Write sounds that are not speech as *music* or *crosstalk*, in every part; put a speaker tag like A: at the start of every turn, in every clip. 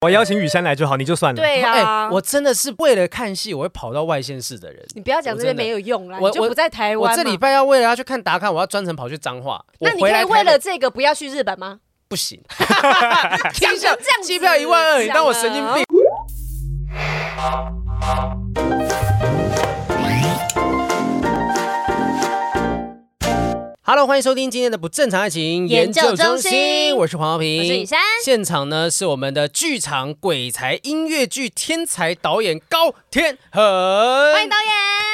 A: 我邀请雨山来就好，你就算了。
B: 对
C: 哎、
B: 啊，
C: 我真的是为了看戏，我会跑到外县市的人。
B: 你不要讲这些没有用啦，
C: 我
B: 你
C: 真的
B: 就不在台湾
C: 我
B: 嘛。
C: 这礼拜要为了要去看达康，我要专程跑去彰化。
B: 那
C: 我
B: 你
C: 回
B: 可
C: 来
B: 以
C: 台
B: 为
C: 北
B: 了这个不要去日本
C: *laughs*
B: 吗？
C: 不行，
B: *laughs* 讲
C: *laughs* 机票
B: 成这样子
C: 机票一万二，你当我神经
B: 讲啊哦
C: 病？Hello，欢迎收听今天的不正常爱情
B: 研究中心
C: 我是黄浩平，
B: 我是雨珊
C: 现场呢是我们的剧场鬼才音乐剧天才导演高天恒，
B: 欢迎导演。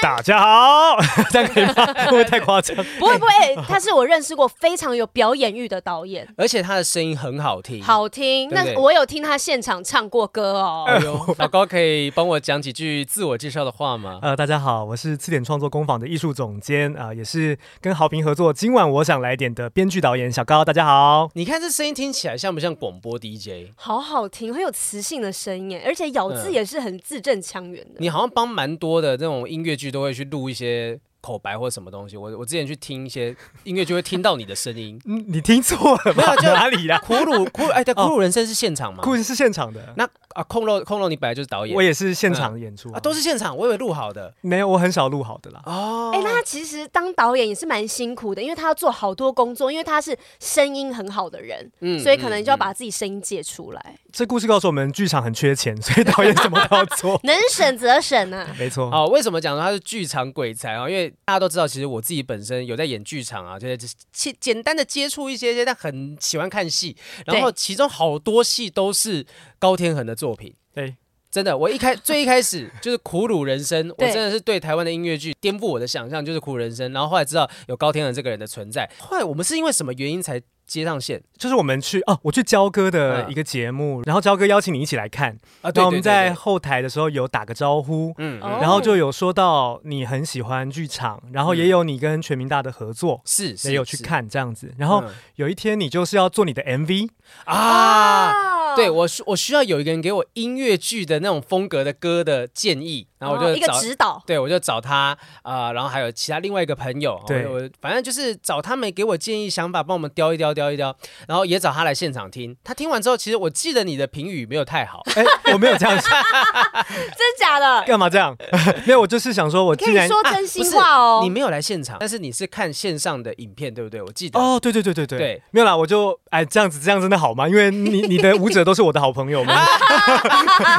A: 大家
C: *laughs*
A: 好， *laughs* 这样可以吗？会不会太夸张？
B: 不会不会，他是我认识过非常有表演欲的导演，
C: 而且他的声音很好听。，
B: 好听。
C: 嗯对不对
B: 那我有听他现场唱过歌哦。*laughs*
C: 哎呦，老高可以帮我讲几句自我介绍的话吗？
A: 呃，大家好，我是次点创作工坊的艺术总监啊、也是跟豪平合作《今晚我想来点》的编剧导演小高。大家好，。
C: 你看这声音听起来像不像广播 DJ？
B: 好好听，很有磁性的声音耶，而且咬字
C: 嗯
B: 也是很字正腔圆的。
C: 你好像帮蛮多的这种音乐剧都会去录一些口白或什么东西。我我之前去听一些音乐剧，会听到你的声
B: *laughs*
C: 音
A: 嗯，你听错了吧？哪里啦？
C: 苦鲁苦鲁哎，对，
B: 哦
C: 苦鲁人生是现场吗？
A: 故事是现场的，
C: 那啊，空肉空肉，你本来就是导演
A: 我也是现场演出、
C: 啊，都是现场，我以为录好的
A: 没有，我很少录好的啦。
C: 哦。
B: 哎、那他其实当导演也是蛮辛苦的，因为他要做好多工作，因为他是声音很好的人，
C: 嗯
B: 所以可能就要
C: 嗯
B: 把自己声音借出来，。
A: 这故事告诉我们，剧场很缺钱，所以
C: *laughs*
A: 导演什么都要做
B: 能省则省啊。
A: 没错，
C: 哦，为什么讲他是剧场鬼才啊？因为大家都知道，其实我自己本身有在演剧场啊，就是简简单的接触一些些，但很喜欢看戏。然后
B: 对
C: 其中好多戏都是高天恒的作品。
A: 对，
C: 真的，我一开最一
A: *laughs*
C: 开始就是《苦鲁人生》，我
B: 对
C: 真的是对台湾的音乐剧颠覆我的想象，就是《苦鲁人生》。然后后来知道有高天恒这个人的存在，后来我们是因为什么原因才接上线
A: 就是我们去哦，我去焦哥的一个节目，然后焦哥邀请你一起来看，
C: 嗯啊？
A: 然
C: 对
A: 后我们在
C: 对对对
A: 后台的时候有打个招呼，
C: 嗯，
B: 哦
C: 嗯
A: 然后就有说到你很喜欢剧场，然后也有你跟全民大的合作，
C: 是嗯是
A: 也有去，看这样子。然后
C: 嗯
A: 有一天你就是要做你的 MV，
C: 是啊。
B: 哦
C: 对我需我需要有一个人给我音乐剧的那种风格的歌的建议，然后我
B: 哦
C: 就
B: 一个
C: 找，
B: 指导，
C: 对我就找他啊、呃然后还有其他另外一个朋友，
B: 嗯
C: 哦
A: 对
C: 我我反正就是找他们给我建议想法，帮我们雕一雕雕一雕，然后也找他来现场听。他听完之后，其实我记得你的评语没有
B: *laughs*
C: 太好，
A: 哎，我没有这样说，
B: 真假
C: *laughs*
B: 的？
A: 干嘛这样？ *laughs* 没有，我就是想说，我
B: 可
A: 既
B: 以
A: 然
B: 说真心话哦。
C: 啊你没有来现场，但是你是看线上的影片，对不对？我记得。
A: 哦，对对对对
C: 对
A: 对，没有啦，我就哎这样子这样真的好吗？因为你你的舞者都是我的好朋友
B: *laughs*
A: 嘛，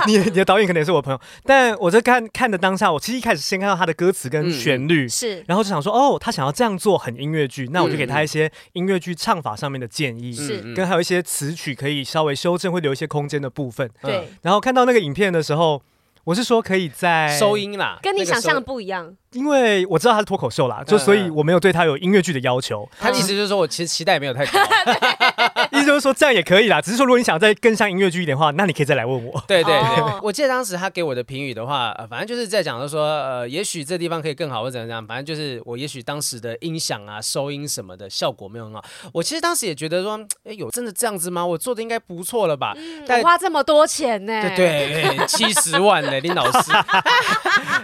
A: 你你的导演可能也是我朋友，但我在看看的当下，我其实一开始先看到他的歌词
C: 嗯
A: 跟旋律。
B: 是
A: 然后就想说，哦，他想要这样做很音乐剧，那我就给他一些音乐剧唱法上面的建议，
B: 是
C: 嗯
A: 跟还有一些词曲可以稍微修正，会留一些空间的部分。
B: 对，
A: 然后看到那个影片的时候，我是说可以在
C: 收，音啦，
B: 跟你
C: 那个
B: 想象
C: 收
B: 的，不一样。
A: 因为我知道他是脱口秀啦，就
C: 嗯
A: 所以
C: 嗯
A: 我没有对他有音乐剧的要求，
C: 他的意思就是说我其实期待也没有太高。
A: 意思就是说这样也可以啦，只是说如果你想再更像音乐剧一点的话，那你可以再来问我。 *laughs*
C: 对对对，
B: 哦
C: 我记得当时他给我的评语的话，呃，反正就是在讲到说，呃，也许这地方可以更好，或怎么样，反正就是我也许当时的音响啊、收音什么的效果没有很好。我其实当时也觉得说，嗯哎，有真的这样子吗？我做的应该不错了吧？
B: 嗯
C: 但
B: 我欸花这么多钱呢、
C: 对啊对，七十万呢，林老
B: *laughs*
C: 师。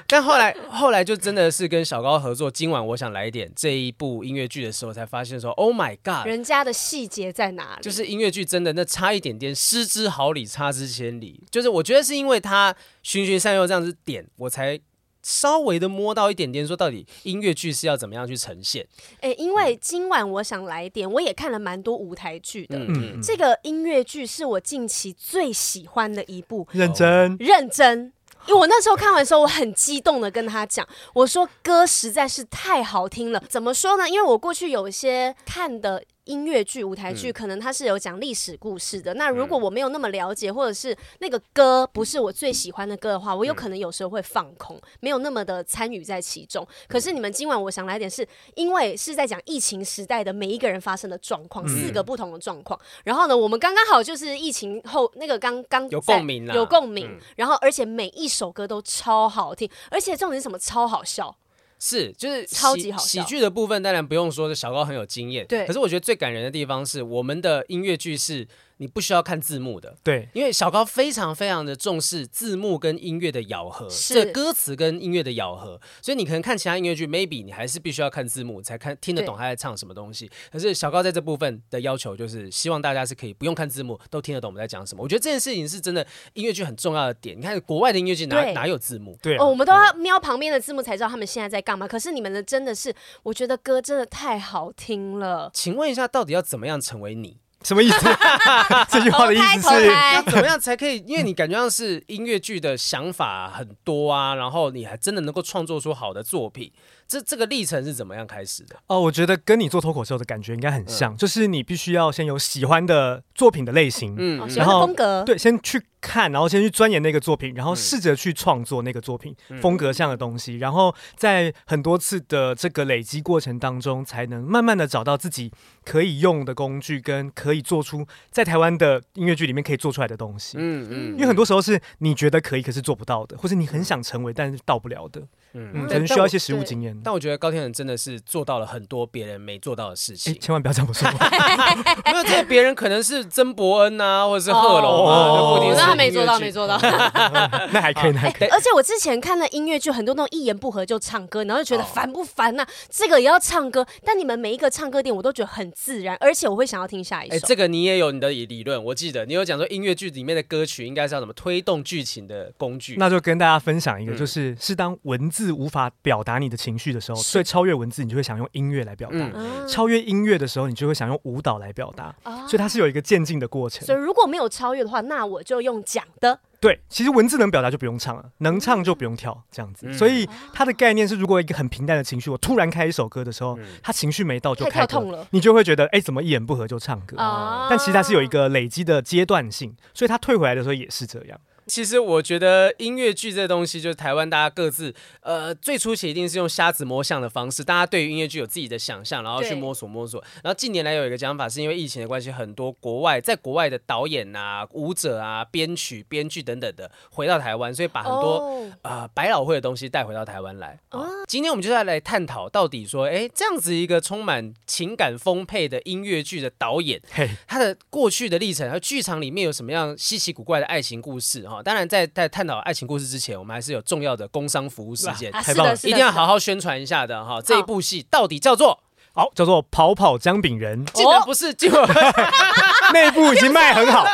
C: 但后来后来就真的是跟小高合作，今晚我想来一点这一部音乐剧的时候，才发现说，Oh my God！
B: 人家的细节在哪里？
C: 就是音乐剧真的那差一点点，失之毫厘，差之千里。就是我觉得是因为他循循善诱这样子点，我才稍微的摸到一点点，说到底音乐剧是要怎么样去呈现。
B: 哎、因
C: 嗯
B: 为今晚我想来一点，我也看了蛮多舞台剧的。
C: 嗯嗯，
B: 这个音乐剧是我近期最喜欢的一部，
A: 认
C: 哦
A: 真，
B: 认真。因为我那时候看完的时候，我很激动的跟他讲，我说歌实在是太好听了。怎么说呢？因为我过去有一些看的音乐剧、舞台剧，可能它是有讲历史故事的。那如果我没有那么了解，或者是那个歌不是我最喜欢的歌的话，我有可能有时候会放空，没有那么的参与在其中。可是你们今晚我想来点是，因为是在讲疫情时代的每一个人发生的状况，四个不同的状况。然后呢，我们刚刚好就是疫情后那个刚刚
C: 有
B: 在
C: 共鸣啦嗯
B: 有共鸣。然后，而且每一首歌都超好听，而且重点是什么？超好笑。
C: 是，就是
B: 嗯超
C: 喜
B: 级好
C: 喜
B: 笑
C: 剧的部分，当然不用说，小高很有经验。
B: 对
C: 可是我觉得最感人的地方是，我们的音乐剧是你不需要看字幕的。
A: 对，
C: 因为小高非常非常的重视字幕跟音乐的咬合，
B: 是
C: 这歌词跟音乐的咬合，所以你可能看其他音乐剧，maybe 你还是必须要看字幕才看听得懂他在唱什么东西。可是小高在这部分的要求就是希望大家是可以不用看字幕都听得懂我们在讲什么。我觉得这件事情是真的音乐剧很重要的点。你看国外的音乐剧哪
B: 对
C: 哪有字幕？
A: 对啊
B: 哦，我们都
C: 嗯
B: 要瞄旁边的字幕才知道他们现在在干嘛。可是你们的真的是，我觉得歌真的太好听了。
C: 请问一下，到底要怎么样成为你？
A: 什么意思？ *laughs* 这句话
B: 投
A: 的意
B: 胎，
A: 思
B: 投
A: 是，
B: 胎，
C: 怎么样才可以？因为你感觉上是音乐剧的想法很多啊，然后你还真的能够创作出好的作品，这这个历程是怎么样开始的？
A: 哦，我觉得跟你做脱口秀的感觉应
C: 嗯
A: 该很像，就是你必须要先有喜欢的作品的类型，
B: 哦
C: 嗯
B: 喜
A: 然
B: 欢的
A: 后
B: 风格，
A: 对，先去看，然后先去钻研那个作品，
C: 嗯
A: 然后试着去创作那个作品、风格上的东西，然后在很多次的这个累积过程当中，才能慢慢的找到自己可以用的工具，跟可以做出在台湾的音乐剧里面可以做出来的东西。
C: 嗯嗯
A: 因为很多时候是你觉得可以，可是做不到的，或是你很想成为，但是到不了的，嗯，
C: 嗯
A: 可
C: 但
A: 能需要一些
C: 但
A: 实务
B: 对
A: 经验
C: 我。但我觉得高天仁真的是做到了很多别人没做到的事
A: 哎，
C: 情，
A: 千万不要这么说，
C: *laughs* 没哎有这个别人可能是曾伯恩
B: *laughs*
C: 啊，或者是贺龙啊，就
A: 哦
C: 不一
B: 我
C: 定
B: 知
C: 是
B: 道他没做到，
C: 音乐
B: 没
C: 剧
B: 做到。
A: 那还可以，那还可以。
B: 而且我之前看的音乐剧，很多那种一言不合就唱歌，然后就
A: 哦
B: 觉得烦不烦呐、这个也要唱歌，但你们每一个唱歌点我都觉得很自然，而且我会想要听下一
C: 哎、
B: 首。
C: 这个你也有你的理论，我记得你有讲说音乐剧里面的歌曲应该是要怎么推动剧情的工具。
A: 那就跟大家分享一个，
C: 嗯
A: 就是是当文字无法表达你的情绪的时候，所以超越文字，你就会想用音乐来表达；
C: 嗯
B: 啊
A: 超越音乐的时候，你就会想用舞蹈来表达。
B: 啊
A: 所以它是有一个渐进的过程
B: 所。以如果没有超越的话，那我就用讲的。
A: 对，其实文字能表达就不用唱了，能唱就不用跳，这样子。
C: 嗯
A: 所以它的概念是，如果一个很平淡的情绪，我突然开一首歌的时
C: 嗯
A: 候，它情绪没到就
B: 太
A: 开
B: 跳痛
A: 歌
B: 了，
A: 你就会觉得，哎，怎么一言不合就唱歌？
B: 啊
A: 哦但其实它是有一个累积的阶段性，所以它退回来的时候也是这样。
C: 其实我觉得音乐剧这东西，就是台湾大家各自，呃，最初期一定是用瞎子摸象的方式，大家对于音乐剧有自己的想象，然后去
B: 对
C: 摸索摸索。然后近年来有一个讲法，是因为疫情的关系，很多国外在国外的导演啊、舞者啊、编曲、编剧等等的回到台湾，所以把很多、
B: 哦
C: 啊、百老汇的东西带回到台湾来。啊、今天我们就是要来探讨，到底说，哎，这样子一个充满情感丰沛的音乐剧的导演，
A: 嘿，
C: 他的过去的历程，还有剧场里面有什么样稀奇古怪的爱情故事哈、当然在，在探讨爱情故事之前，我们还是有重要的工商服务事件，
B: 啊，
A: 太
B: 是
A: 棒了
B: 的，是的，
C: 一定要
B: 是的
C: 好好宣传一下的哈、这一部戏到底叫做？
A: 好，叫做跑跑姜饼人。
C: 竟然不是就 *laughs*
A: *laughs* 内部已经卖很好，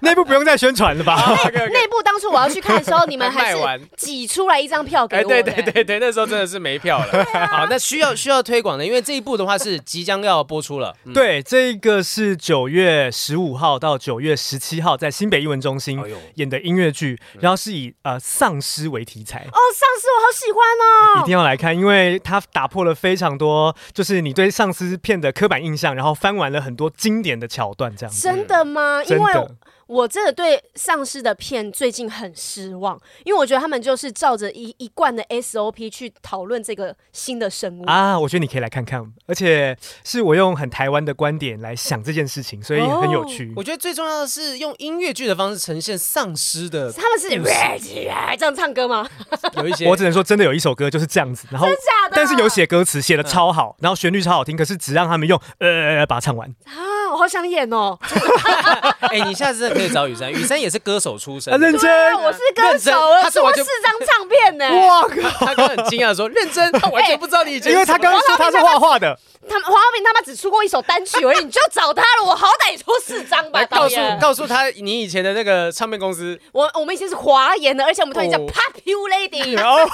A: 内部不用再宣传了
C: *laughs* 嗯
A: 吧？
B: 内部当初我要去看的时候，你们还
C: 卖完
B: 是挤出来一张票给
C: 哎，
B: 我的、
C: 对对对对，那时候真的是没票 *laughs* 了。好，那需要需要推广的，因为这一部的话是即将要播出了。
A: *laughs*
C: 嗯，
A: 对，这个是九月十五号到九月十七号在新北艺文中心
C: 哎呦
A: 演的音乐剧，然后是以呃丧尸为题材。
C: 嗯
B: 哦，上次我好喜欢
A: 一
B: 哦。
A: 定要来看，因为它打破了非常多，就是你对丧尸片的刻板印象，然后翻完了很多经典的桥段，这样
C: 嗯
A: 子。
B: 真的吗？因
A: 真
B: 为
A: 的，
B: 我真的对丧尸的片最近很失望，因为我觉得他们就是照着一一贯的 SOP 去讨论这个新的生物。
A: 啊，我觉得你可以来看看，而且是我用很台湾的观点来想这件事情，所以很有
B: 哦
A: 趣。
C: 我觉得最重要的是用音乐剧的方式呈现 *laughs* 丧尸的
B: 他们是这样唱歌吗？
C: 有一些
A: 我只能说，真的有一首歌就是这样子，然后
B: 假的？
A: 但是有写歌词，
C: 嗯
A: 写的超好，然后旋律超好听，可是只让他们用呃呃呃把它唱完。
B: 啊，我好想演哦！
C: 哎、你下次真的可以找雨珊，雨珊也是歌手出身
A: 啊，认
C: 的。
A: 真，
B: 啊我是歌
C: 认真
B: 手，我
C: 他是
B: 出
C: 完
B: 过
C: 全
B: 四张唱片
C: *laughs*
B: 呢。
A: 哇靠！
C: 他刚刚很惊讶地说：“认 *laughs* 真，他完全不知道你以前
A: 因为他刚刚说他是画画的，
B: 他们黄晓明他们只出过一首单曲
C: *laughs*
B: 而已，你就找他了。我好歹也出四张吧，
C: 来
B: 导
C: 哎告诉
B: 演。
C: 告诉他你以前的那个唱片公
B: *laughs*
C: 司，
B: 我我们以前是华研的，而且我们团员叫
C: 哦 *laughs*
B: Populady，
A: 哦，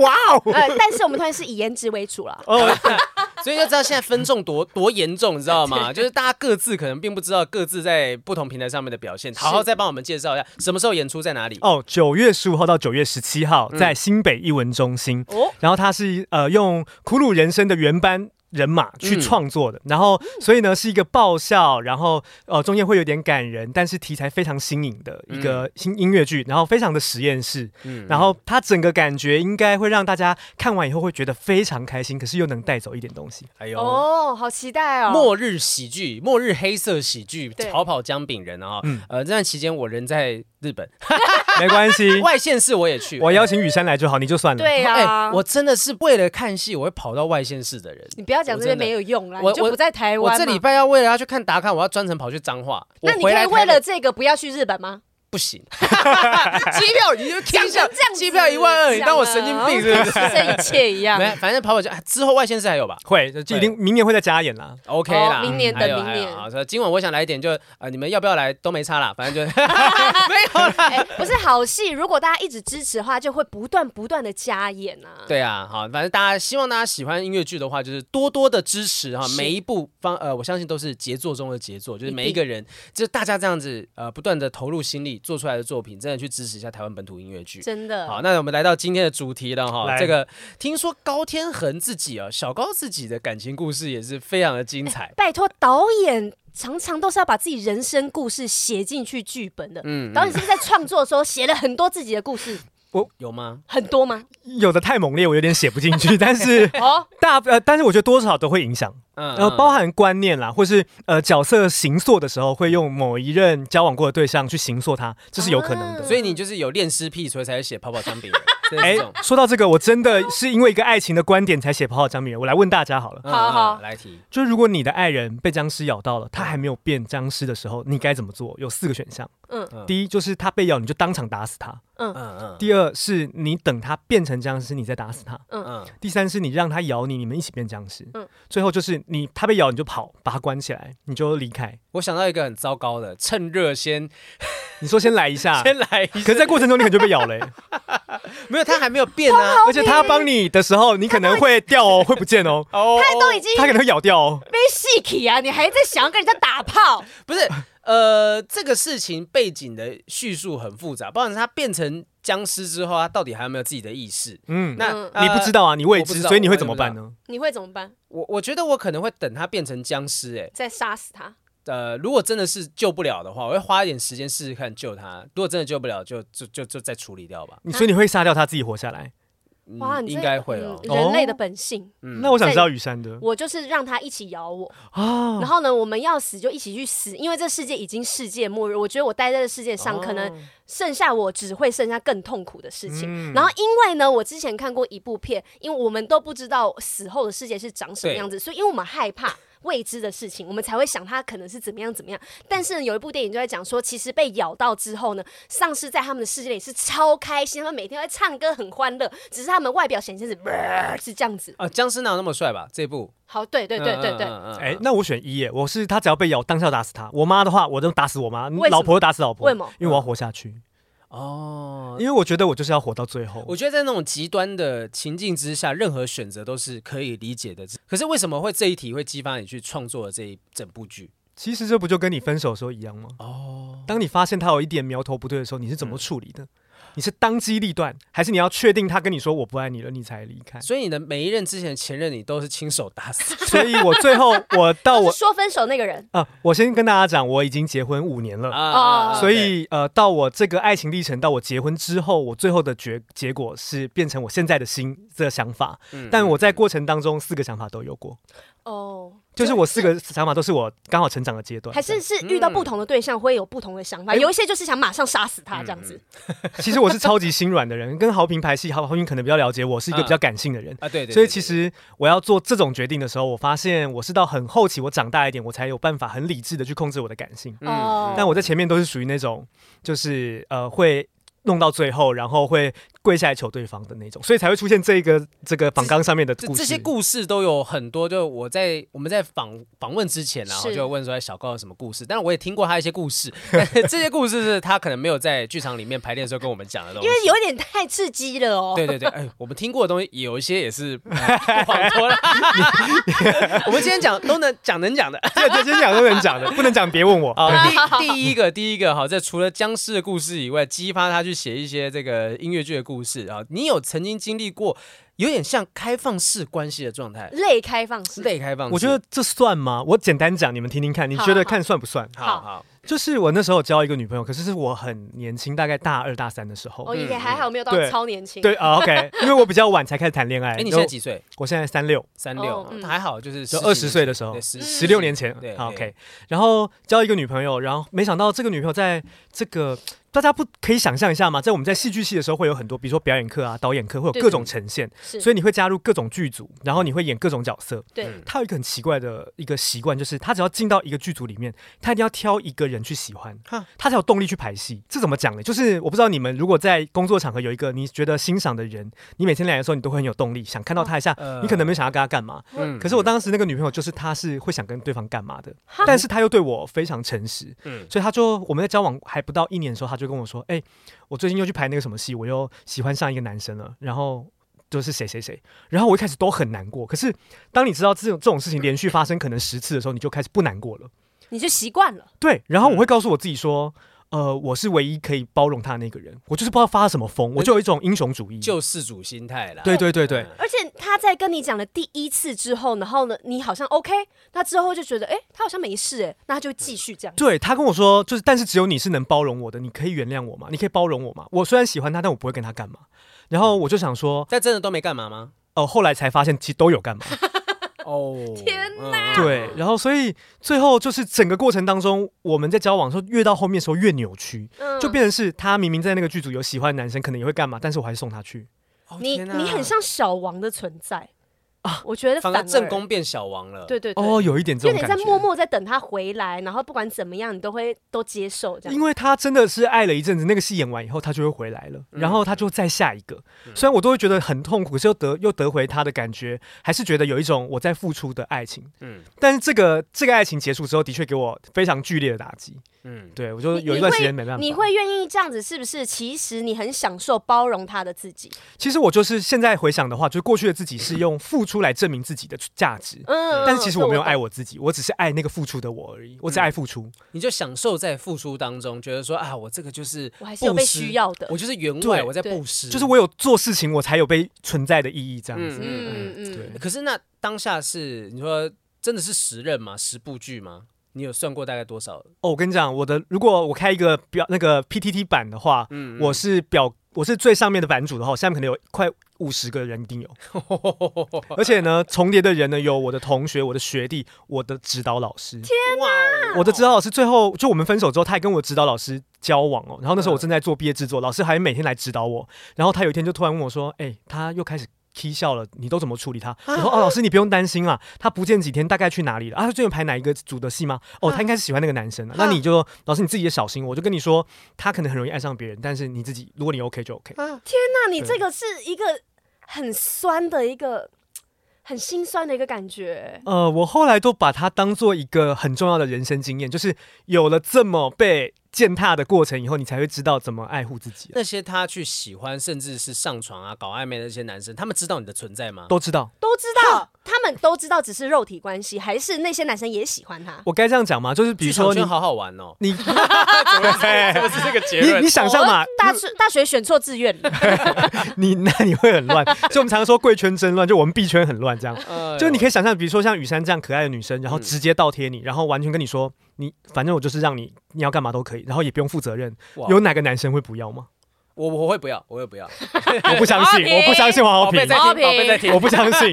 A: 哇哦，
B: 呃，但是我们团员是以颜值为主了。
A: 哦，
C: *laughs* 所以就知道现在分众多多严重，你知
B: *laughs*
C: 道吗？就是大家各自可能并不知道各自在不同平台上面的表现。好好再帮我们介绍一下什么时候演出在哪里。
A: 哦，九月十五号到九月十七号
C: 嗯
A: 在新北艺文中心，
B: 哦，
A: 然后他是呃用《苦鲁人生》的原班。人马
C: 嗯
A: 去创作的，然后所以呢是一个爆笑，然后呃中间会有点感人，但是题材非常新颖的一个新音乐剧，然后非常的实验室，
C: 嗯
A: 然后它整个感觉应该会让大家看完以后会觉得非常开心，可是又能带走一点东
C: *laughs*
A: 西。
C: 哎呦。
B: 哦，好期待哦！
C: 末日喜剧，末日黑色喜剧，
B: 对
C: 逃跑姜饼人啊、
A: 嗯
C: 呃，这段期间我人在日本，
A: 没关系，
C: 外县市我也去，
A: 我邀请雨山来就好，你就算了。
B: 嗯对
C: 哎、
B: 啊，
C: 我真的是为了看戏，我会跑到外县市的人。
B: 你不要讲这
C: 我
B: 边
C: 真的
B: 没有用啦，
C: 我
B: 你就
C: 我
B: 不在台湾
C: 我
B: 嘛。
C: 这礼拜要为了要去看达康，我要专程跑去彰化。
B: 那
C: 我
B: 你
C: 回
B: 可
C: 来
B: 以为
C: 台北
B: 了这个不要去日本吗？*laughs*
C: 不行，机票你就听一下
B: 讲成这样，子啊
C: 机票一万二，你当我神经病是不是？
B: 牺牲一切一样。
C: 没，反正跑跑就啊之后外县市还有吧
A: 会，就一定明年会再加演啦。
C: ，OK 啦，
B: 哦明年
C: 还有
B: 等明年
C: 还有好，所以今晚我想来一点就，呃，你们要不要来都没差啦，反正就 *laughs* 没有啦。
B: 哎，不是好戏，如果大家一直支持的话，就会不断不断的加演啊。
C: 对啊，好，反正大家希望大家喜欢音乐剧的话，就是多多的支持哈，
B: 是
C: 每一部方呃，我相信都是杰作中的杰作，就是
B: 一
C: 每一个人，就是大家这样子呃，不断的投入心力做出来的作品，真的去支持一下台湾本土音乐剧。
B: 真的。
C: 好，那我们来到今天的主题了哈。
A: 来
C: 这个听说高天恒自己啊，小高自己的感情故事也是非常的
A: *laughs*
C: 精彩。
B: 拜托导演常常都是要把自己人生故事写进去剧本的。
C: 嗯，
B: 导
C: 嗯
B: 演是不是在创作的时候写了很多自己的故事，
C: 有吗？
B: 很多吗？
A: 有的太猛烈，我有点写不进去，但
C: *laughs*
A: 是
B: 哦，
A: 大呃，但是我觉得多少都会影响，
C: 嗯
A: 呃，包含观念啦，或是呃角色行塑的时候，会用某一任交往过的对象去行塑他，这是有可能的。
B: 啊
C: 所以你就是有恋尸癖，所以才写泡泡姜
A: *laughs*
C: 饼人。真的是
A: 哎
C: 这种，
A: 说到这个，我真的是因为一个爱情的观点才写《跑跑姜饼人》。我来问大哎家好了，
C: 嗯
B: 好好
C: 嗯
A: *laughs*
C: 来提。
A: 就是如果你的爱人被僵尸咬到了，他还没有变僵尸的时候，你该怎么做？有四个选项。
B: 嗯
C: 嗯
A: 第一就是他被咬，你就当场打死他；
C: 嗯嗯。
A: 第二是你等他变成僵尸，你再打死他；
C: 嗯，
A: 第三是你让他咬你，你们一起变僵尸。
B: 嗯
A: 最后就是你他被咬你就跑，把他关起来，你就离开。
C: 我想到一个很糟糕的，趁热先
A: 你说先来一下，
C: 先来一
A: *laughs* 可是在过程中你可能就被咬
B: *laughs*
A: 嘞、
C: 没有，他还没有变呢、啊。
A: 而且他帮你的时候，你可能会掉哦，会不见哦，
B: *laughs*
C: 哦，
B: 他都已经
A: 他可能会咬掉哦。
B: 被戏体啊，你还在想要跟人家打炮？
C: 不是，呃，这个事情背景的叙述很复杂，包含他变成僵尸之后，他到底还有没有自己的意识？
A: 嗯，
C: 那、
B: 嗯
A: 你不知道啊，你未
C: 呃我不
A: 知，
C: 知道
A: 所以你会怎么办呢？
B: 你会怎么办？
C: 我我觉得我可能会等他变成僵尸、欸，
B: 再杀死他？
C: 呃，如果真的是救不了的话，我会花一点时间试试看救他。如果真的救不了，就就就就再处理掉吧。
A: 你所以你会杀掉他自己活下来？
C: 嗯、
B: 哇，你这
C: 应该会哦。
B: 嗯人类的本性，
C: 嗯
A: 那我想知道雨山的
B: 我就是让他一起咬我，
C: 呃
A: 啊
B: 然，后呢，我们要死就一起去死，因为这世界已经世界末日，我觉得我待在这世界上，可能
C: 哦
B: 剩下我只会剩下更痛苦的事情。
A: 嗯
B: 然后因为呢，我之前看过一部片，因为我们都不知道死后的世界是长什么样子，所以因为我们害怕。未知的事情，我们才会想它可能是怎么样怎么样。但是呢，有一部电影就在讲说，其实被咬到之后呢，丧尸在他们的世界里是超开心，他们每天会唱歌，很欢乐。只是他们外表显现是、呃是这样子。
C: 啊，僵尸哪有那么帅吧？这部，
B: 好，对对对对对，
C: 嗯
A: 哎、那我选一耶，我是他只要被咬，当下打死他。我妈的话，我都打死我妈，
B: *laughs* 为什么
A: 老婆就打死老婆，
B: 为什么
A: 因为我要活下去，
C: 哦。
A: 因为我觉得我就是要活到最后。
C: 我觉得在那种极端的情境之下，任何选择都是可以理解的。可是为什么会这一题会激发你去创作的这一整部剧？
A: 其实这不就跟你分手的时候一样吗？
C: 哦，嗯
A: 当你发现他有一点苗头不对的时候，你是怎么处理的？你是当机立断，还是你要确定他跟你说我不爱你了，你才离开？
C: *laughs* 所以你的每一任之前的前任，你都是亲手
A: *laughs*
C: 打死。 *laughs*
A: 所以我最后我到
B: 就
A: 我
B: 是说分手那个人，
A: 啊、我先跟大家讲，我已经结婚五年了，
C: 啊
B: 哦
A: 所以呃，到我这个爱情历程，到我结婚之后，我最后的结结果是变成我现在的新的想法。
C: 嗯
A: 但我在过程当中四个想法都有过，
B: 哦，
A: 就是我嗯四个想法都是我刚好成长的阶段。
B: 还是是遇到不同的对象会有不同的想法，
A: 嗯
B: 有一些就是想马上杀死他这样子。
A: 其实我是超级心软的人，跟豪平拍戏，豪豪平可能比较了解我，是一个比较感性的人。
C: 啊，对对对
A: 所以其实我要做这种决定的时候，我发现我是到很后期，我长大一点，我才有办法很理智的去控制我的感性。
C: 嗯
B: 哦
A: 但我在前面都是属于那种，就是呃会弄到最后，然后会跪下来求对方的那种，所以才会出现这个这个榜纲上面的
C: 这
A: 故事。
C: 这些故事都有很多，就我在我们在访访问之前啊，然后
B: 是
C: 就问说小高有什么故事，但是我也听过他一些故事，但是这些故事是他可能没有在剧场里面排练的时候跟我们讲的东西
B: 因。为有一点太刺激了哦。
C: 对对对，哎，我们听过的东西有一些也是呃不好说了。我们今天讲都能讲能讲的。
A: 对对，先讲都能讲的，不能讲别
C: *laughs*
A: 问我。
C: 好，
A: 对
C: 第第一个第一个哈，这除了僵尸的故事以外，激发他去写一些这个音乐剧的故事啊。你有曾经经历过有点像开放式关系的状态，
B: 类开放式，
C: 类开放式。
A: 我觉得这算吗？我简单讲，你们听听看，你
B: 好啊
A: 觉得
B: 好
A: 看算不算？
C: 好好，
A: 就是我那时候交一个女朋友，可是是我很年轻，大概大二大三的时候。
B: 哦，也
C: 嗯
B: 还好没有到
A: 对
B: 超年轻，
A: 对啊、o k 因为我比较晚才开始谈恋爱。
C: 哎，你现在
A: 然后
C: 几岁？
A: 我现在三六，
C: 三
B: 哦
C: 六，
B: 嗯
C: 还好，就是
A: 就
C: 十几
A: 二十
C: 年
A: 岁
C: 前
A: 的时候
C: 对，，十
A: 十六年前。
C: 对
A: 好
C: 对
A: ，OK。然后交一个女朋友，然后没想到这个女朋友在这个大家不可以想象一下嘛，在我们在戏剧系的时候会有很多，比如说表演课啊、导演课，会有
B: 对
A: 各种呈现，
B: 是，
A: 所以你会加入各种剧组，然后你会演各种角色。
B: 对
C: 嗯
A: 他有一个很奇怪的一个习惯，就是他只要进到一个剧组里面，他一定要挑一个人去喜欢
C: 哈，
A: 他才有动力去排戏。这怎么讲呢？就是我不知道你们如果在工作场合有一个你觉得欣赏的人，你每天来的时候你都会很有动力，想看到他一下。
C: 呃
A: 你可能没有想要跟他干嘛，
C: 嗯
A: 可是我当时那个女朋友就是她是会想跟对方干嘛的，
B: 哈
A: 但是她又对我非常诚实，
C: 嗯
A: 所以她就我们在交往还不到一年的时候，她就跟我说：“哎、我最近又去拍那个什么戏，我又喜欢上一个男生了。”然后。就是谁谁谁，然后我一开始都很难过，可是当你知道这种这种事情连续发生可能十次的时候，你就开始不难过了。
B: 你就习惯了，
A: 对，然后我会告诉我自己说，呃，我是唯一可以包容他的那个人，我就是不知道发了什么疯，我就有一种英雄主义。
C: 救世主心态啦。嗯
A: 对对对对，
B: 而且他在跟你讲了第一次之后，然后呢，你好像 OK，那之后就觉得，哎、他好像没事、哎，那他就继续这样，
A: 对他跟我说，就是但是只有你是能包容我的，你可以原谅我吗？你可以包容我吗？我虽然喜欢他，但我不会跟他干嘛。然后我就想说，
C: 但真的都没干嘛吗？
A: 呃，后来才发现其实都有
B: *laughs*
A: 干嘛。
C: 哦，
B: 天
C: 哪
A: 对，然后所以最后就是整个过程当中，我们在交往的时候，越到后面的时候越扭曲，
B: 嗯
A: 就变成是他明明在那个剧组有喜欢的男生，可能也会干嘛，但是我还是送他去。
C: 哦
B: 你你很像小王的存在啊，我觉得
C: 反
B: 而
C: 而正，宫变小王了。
B: 对对对，
A: 哦，有一点这
B: 有
A: 种
B: 点
A: 感
B: 在
A: 觉。
B: 默默在等他回来，然后不管怎么样，你都会都接受这
A: 因
B: 样。
A: 为他真的是爱了一阵子，那个戏演完以后，他就会回来了，
C: 嗯
A: 然后他就再下一个。
B: 嗯
A: 虽然我都会觉得很痛苦，可是又得又得回他的感觉，还是觉得有一种我在付出的爱情。
C: 嗯
A: 但是这个这个爱情结束之后，的确给我非常剧烈的打击。
C: 嗯，
A: 对我就
B: 你
A: 有一段时间没办法。
B: 你会愿意这样子，是不是？其实你很享受包容他的自己，
A: 其实我就是现在回想的话，就是过去的自己是用付出来证明自己的价值，
B: 嗯。
A: 但是其实我没有爱
B: 我，
A: 我自己，我只是爱那个付出的我而已，
B: 嗯
A: 我只爱付出。
C: 你就享受在付出当中，觉得说啊，我这个就是
B: 我还是有被
C: 布施
B: 需要的
C: 我就是员外，
A: 对
C: 我在
B: 对
C: 布施，
A: 就是我有做事情，我才有被存在的意义这样子。
B: 嗯
C: 嗯
B: 嗯，
A: 对
C: 可是那当下是你说真的是十任吗？十部剧吗？你有算过大概多少？
A: 哦，我跟你讲，我的如果我开一个表那个 PTT 版的话，
C: 嗯
A: 我是表我是最上面的版主的话，我下面可能有快五十个人一定有， *laughs* 而且呢，重叠的人呢有我的同学、我的学弟、我的指导老师。
C: 哇
A: 我的指导老师最后就我们分手之后，他还跟我指导老师交往哦。然后那时候我正在做毕业制作，老师还每天来指导我。然后他有一天就突然问我说：“哎、他又开始。”踢笑了，你都怎么处理他？我说哦，老师你不用担心啊，他不见几天，大概去哪里了？啊，他最近排哪一个组的戏吗？哦，他应该是喜欢那个男生、啊。那你就老师你自己也小心，我就跟你说，他可能很容易爱上别人，但是你自己如果你 OK 就 OK。
B: 那你这个是一个很酸的一个。很心酸的一个感觉，
A: 呃，我后来都把它当做一个很重要的人生经验，就是有了这么被践踏的过程以后，你才会知道怎么爱护自己、啊
C: 那些他去喜欢，甚至是上床啊、搞暧昧的那些男生，他们知道你的存在吗？
A: 都知道，
B: 都知道，他们都知道只是肉体关系，还是那些男生也喜欢他？
A: 我该这样讲吗？就是比
C: 剧
A: 如
C: 场
A: 说你
C: 圈好好玩哦，
A: 你
C: 这是这个结
A: 你你 *laughs* 想象嘛嗯
B: 哦，大学大学选错志愿了，
A: 你那你会很乱， *laughs* 所以我们常说贵圈真乱，就我们币圈很乱这样。
C: 呃
A: 就你可以想象，比如说像雨珊这样可爱的女生，
B: 嗯
A: 然后直接倒贴你，然后完全跟你说，你反正我就是让你你要干嘛都可以，然后也不用负责任。
C: 哇
A: 有哪个男生会不要
B: *laughs*
A: 吗？
C: 我我会不要，我会不要，
A: 我不相信，
B: 好评
A: 我不相信黄
C: 宝
A: 好
C: 贝
A: 平，
C: 在
B: 好评
C: 听，宝贝在听， *laughs*
A: 我不相信。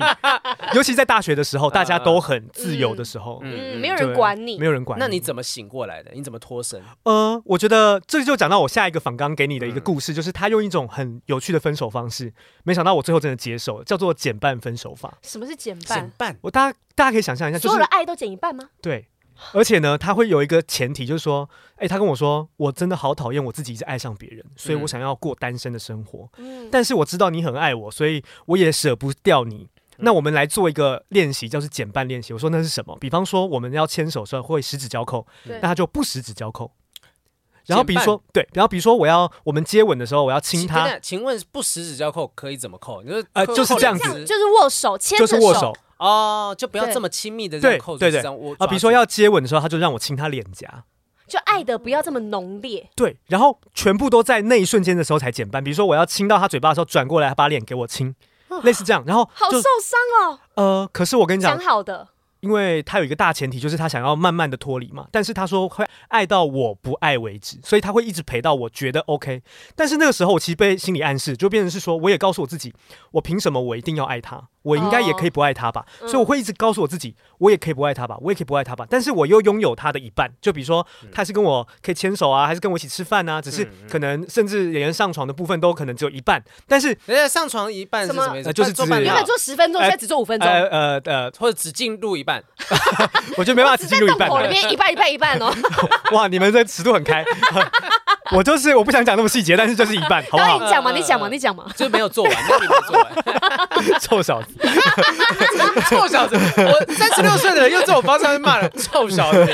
A: 尤其在大学的时候，大家都很自由的时候，
B: 嗯，
C: 嗯
B: 没有
A: 对
B: 人管你
A: 没，有人管。
C: 那你怎么醒过来的？你怎么脱身？
A: 呃，我觉得这就讲到我下一个访刚给你的一个故事，就是他用一种很有趣的分手方式，没想到我最后真的接受了，叫做减半分手法。
B: 什么是减
C: 减
B: 半？
C: 半，
A: 我大家大家可以想象一下，就
B: 所有的
A: 是
B: 爱都减一半吗？
A: 对，而且呢，他会有一个前提，就是说，哎，他跟我说，我真的好讨厌我自己一直爱上别人，所以我
C: 嗯
A: 想要过单身的生活，
B: 嗯，
A: 但是我知道你很爱我，所以我也舍不掉你。那我们来做一个练习，叫是减半练习。我说那是什么？比方说我们要牵手的时候会十指交扣，
B: 对
A: 那他就不十指交扣。然后比如
C: 减半
A: 说对，然后比如说我要我们接吻的时候，我要亲
C: 请等
A: 他，
C: 等请问不十指交扣可以怎么扣？你说
A: 呃
C: 扣
A: 就是
C: 扣
A: 这样
B: 这
A: 子
C: 两
B: 样
C: 指
B: 就是握手，牵
A: 就
B: 着
A: 是握手
C: 哦，就不要
B: 对
C: 这么亲密的这样
A: 对
C: 扣着，
A: 对
C: 是
A: 对
C: 这样我
A: 啊。
C: 抓
A: 比如说
C: 住
A: 要接吻的时候，他就让我亲他脸颊，
B: 就爱的不要这么浓烈。
A: 对，然后全部都在那一瞬间的时候才减半。比如说我要亲到他嘴巴的时候，转过来把脸给我亲，类似这样。然后
B: 好
A: 就
B: 受伤哦，
A: 呃，可是我跟你讲
B: 讲，好的，
A: 因为他有一个大前提，就是他想要慢慢的脱离嘛。但是他说会爱到我不爱为止，所以他会一直陪到我觉得 OK。但是那个时候，我其实被心理暗示，就变成是说，我也告诉我自己，我凭什么我一定要爱他？我应该也可以不爱他吧？
B: 嗯
A: 所以我会一直告诉我自己，我也可以不爱他吧，我也可以不爱他吧。但是我又拥有他的一半，就比如说他还是跟我可以牵手啊，还是跟我一起吃饭啊，只
B: 嗯
A: 是可能甚至连上床的部分都可能只有一半。但是
C: 人家哎上床一半
B: 什
C: 是
B: 么
C: 什么意思？
A: 呃就是
C: 做
A: 指
C: 半
A: 对啊
B: 原
C: 套
B: 本做十分钟，
A: 哎
B: 现在只做五分钟，
A: 呃呃呃，
C: 或者只进入一半，
A: 我就没办法
B: 只
A: 只
B: 在
A: 进入一
B: 洞
A: 半
B: 口
A: 了
B: 里。面一半一半一
A: *laughs*
B: 半哦，
A: 哇，你们这尺度很开。 *laughs* 我就是我不想讲那么细节，但是就是一半，好不
B: 然后
A: 好？嗯
B: 你讲嘛，你讲嘛，你讲嘛，
C: 就是没有做完，那你没有做完。
A: *laughs* 臭小子，
C: 臭小 *laughs* 子，我三十六岁的人用这种方式骂 *laughs* 人，臭小子。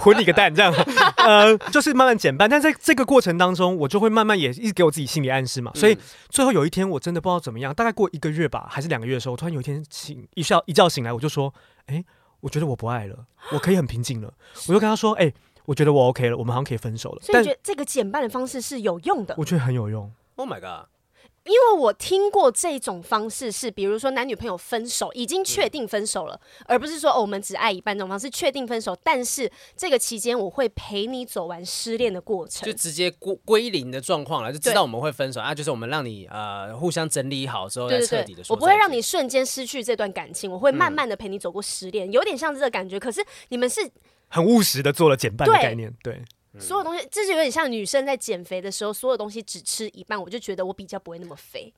A: 混你个蛋，这样。呃，就是慢慢减半，但在这个过程当中，我就会慢慢也一直给我自己心理暗示嘛。
B: 嗯
A: 所以最后有一天，我真的不知道怎么样，大概过一个月吧，还是两个月的时候，我突然有一天醒一觉一觉醒来，我就说，哎、我觉得我不爱了，我可以很平静了。我就跟他说，哎、我觉得我 OK 了，我们好像可以分手了。
B: 所以
A: 但
B: 你觉得这个减半的方式是有用的，
A: 我觉得很有用。
C: Oh my god！
B: 因为我听过这种方式是，比如说男女朋友分手已经确定分手了，而不是说、哦、我们只爱一半这种方式确定分手，但是这个期间我会陪你走完失恋的过程
C: 就。直接归归零的状况了，就知道我们会分手啊，就是我们让你呃互相整理好之后再
B: 对对
C: 彻
B: 对
C: 底的，说
B: 我
C: 再见。
B: 不会让你瞬间失去这段感情，我
A: 嗯
B: 会慢慢的陪你走过失恋，有点像这个感觉。可是你们是
A: 很务实的做了减半的
B: 对
A: 概念，对，
B: 所有东西，这就有点像女生在减肥的时候，所有东西只吃一半，我就觉得我比较不会那么肥。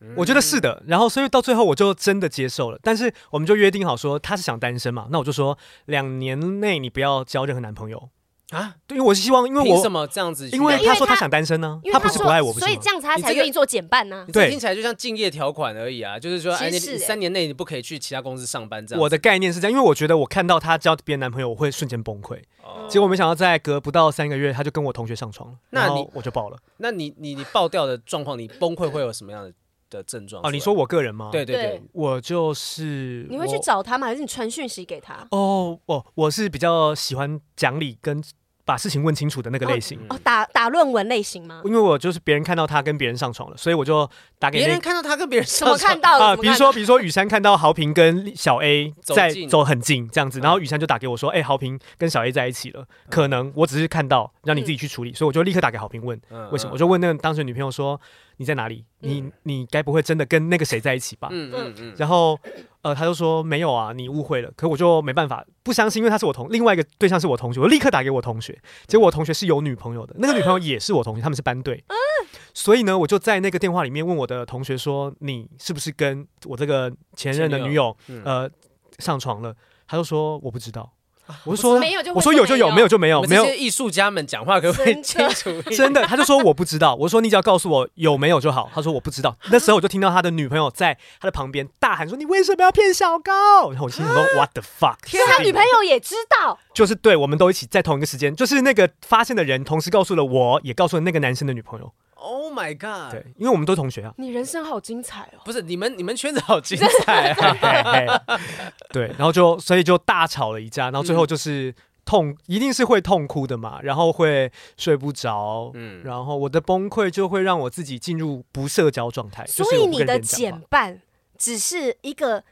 C: 嗯
A: 我觉得是的，然后所以到最后我就真的接受了，但是我们就约定好说他是想单身嘛，那我就说两年内你不要交任何男朋友
C: 啊，
A: 对，因为我是希望，因为
C: 凭什
A: 我
C: 么这样子去
A: 因
C: 干嘛？
A: 为
B: 因
A: 他
B: 为
A: 说
B: 他
A: 他想单身呢、
B: 因为
A: 嗯他
B: 他
A: 不是
B: 说，
A: 不爱我，不是
B: 所以
A: 吗
B: 这？样子他
C: 你
B: 才
C: 这个
B: 愿意做减半啊呢、
C: 你这
A: 对
C: 听起来就像竞业条款而已啊，就是说，
B: 其
C: 哎，
B: 实
C: 你
B: 是
C: 你
B: 欸
C: 三年内你不可以去其他公司上班这样子。
A: 我的概念是这样，因为我觉得我看到他交别的男朋友，我会瞬间崩溃。
C: 哦
A: 结果没想到，在隔不到三个月，他就跟我同学上床了，
C: 那你
A: 然后我就爆了。
C: 那你你你爆掉的状况，你崩溃会有什么样的的症状出
A: 哦，
C: 来？
A: 你说我个人吗？
C: 对，对对
B: 对，
A: 我就是
B: 你会去
A: 我
B: 找他吗？还是你传讯息给他？
A: 哦，我我是比较喜欢讲理跟把事情问清楚的那个类型。
C: 嗯
B: 哦，打打论文类型吗？
A: 因为我就是别人看到他跟别人上床了，所以我就打给
C: 别
A: 那
C: 人看到他跟别人上
B: 怎么
C: 床
B: 看到了？
A: 啊、
B: 怎么
A: 比如
B: 看
A: 说比如说雨山看到豪平跟小 A
C: 走
A: 在
C: 近
A: 走很近这样子，然后雨山就打给我说，
B: *laughs*
A: 哎、豪平跟小 A 在一
B: 嗯
A: 起了，可能我只是看到，让你自己去处理，所以我就立刻打给豪平问
C: 嗯嗯
A: 为什么，我就问那个当时的女朋友说你在哪里？
B: 嗯
A: 你你该不会真的跟那个谁在一起吧？
C: 嗯嗯嗯，
A: 然后，呃，他就说没有啊，你误会了。可我就没办法，不相信，因为他是我同另外一个对象是我同学，我立刻打给我同学。结果我同学是有女朋友的，那个女朋友也是我同学，他们是班队。所以呢，我就在那个电话里面问我的同学说：“你是不是跟我这个前任的
C: 前女
A: 女友
C: 嗯
A: 呃上床了？”他就说：“我不知道。”我就
B: 到
A: 说
B: 没有就：“会
A: 我说有就有，没有就没有，
C: 我们
A: 没
C: 这
A: 有
C: 些艺术家们讲话可不可以
B: 真
C: 清
B: 的
C: 楚一点？
A: 真的，他就说我不知道。我说你只要告诉我有没有就好。他说我不知道。那时候我就听到他的女朋友在他的旁边大喊说：“你为什么要骗小高？”然后我心
B: *gasps*
A: 想说：“What the fuck？”
B: 所以他啊女朋友也知道，
A: 就是对，我们都一起在同一个时间，就是那个发现的人同时告诉了我，也告诉了那个男生的女朋友。
C: Oh my god！
A: 对，因为我们都是同学啊。
B: 你人生好精彩哦！
C: 不是你们你们圈子
A: *laughs*
C: 好精彩啊！
A: 嘿嘿嘿 *laughs* 对，然后就所以就大吵了一架，然后最后就是痛，一定是会痛哭的嘛，然后会睡不着，
C: 嗯。
A: 然后我的崩溃就会让我自己进入不社交状态。
B: 所
A: 就是
B: 以
A: 我不
B: 你
A: 跟
B: 的
A: 人讲话
B: 减半只是一个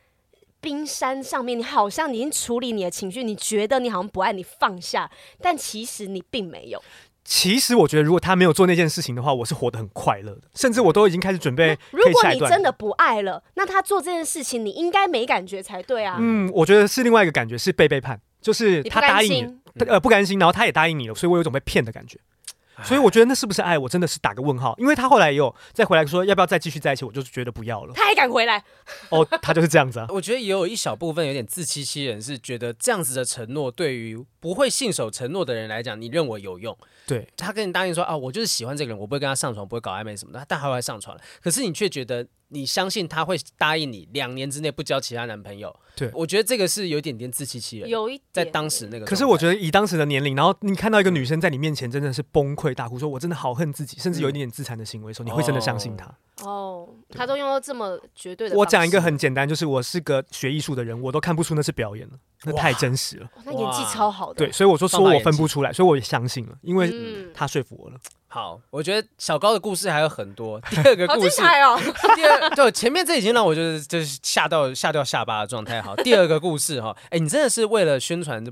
B: 冰山上面，你好像已经处理你的情绪，你觉得你好像不爱你放下，但其实你并没有。
A: 其实我觉得，如果他没有做那件事情的话，我是活得很快乐的，甚至我都已经开始准备
B: 如
A: 可以
B: 果
A: 下一
B: 你
A: 段。
B: 真的，不爱了，那他做这件事情，你应该没感觉才对啊。
A: 嗯，我觉得是另外一个感觉，是被背叛，就是
B: 你不
A: 他答
B: 甘
A: 应你
B: 心，
A: 他呃，不甘心，然后他也答应你了，所以我有一种被骗的感觉。所以我觉得那是不是爱，我真的是打个问号，因为他后来也有再回来说要不要再继续在一起，我就是觉得不要了。
B: 他还敢回来，
A: 哦，他就是这样子啊
C: 我觉得也有一小部分有点自欺欺人，是觉得这样子的承诺对于不会信守承诺的人来讲，你认为有用。
A: 对，
C: 他跟你答应说啊，我就是喜欢这个人，我不会跟他上床，不会搞暧昧什么的，但他后来上床了。可是你却觉得你相信他会答应你两年之内不交其他男朋友。
A: 对
C: 我觉得这个是有一点点自欺欺人，
B: 有一
C: 在
B: 点
C: 当时那个状态。
A: 可是我觉得以当时的年龄，然后你看到一个女生在你面前真的是崩溃大哭，说我真的好恨自己，甚至有一点点自残的行为的时候，你会真的相信他？
B: 哦，他都用到这么绝对的。
A: 我讲一个，很简单，就是我是个学艺术的人，我都看不出那是表演了。那太真实了。 *laughs*
B: 哇那演技超好的。
A: 对，所以我说说
C: 放大
A: 我
C: 眼
A: 分
C: 睛
A: 不出来，所以我也相信了，因为
B: 嗯，
A: 他说服我了。
C: 好，我觉得小高的故事还有
A: *laughs*
C: 很多。第二个
B: 好
C: 故
B: 精
C: 事，
B: 彩哦！
C: 第二对前面这已经让我就是就是吓到吓掉下巴的状态。好，第二个故事哈，哎、你真的是为了宣传，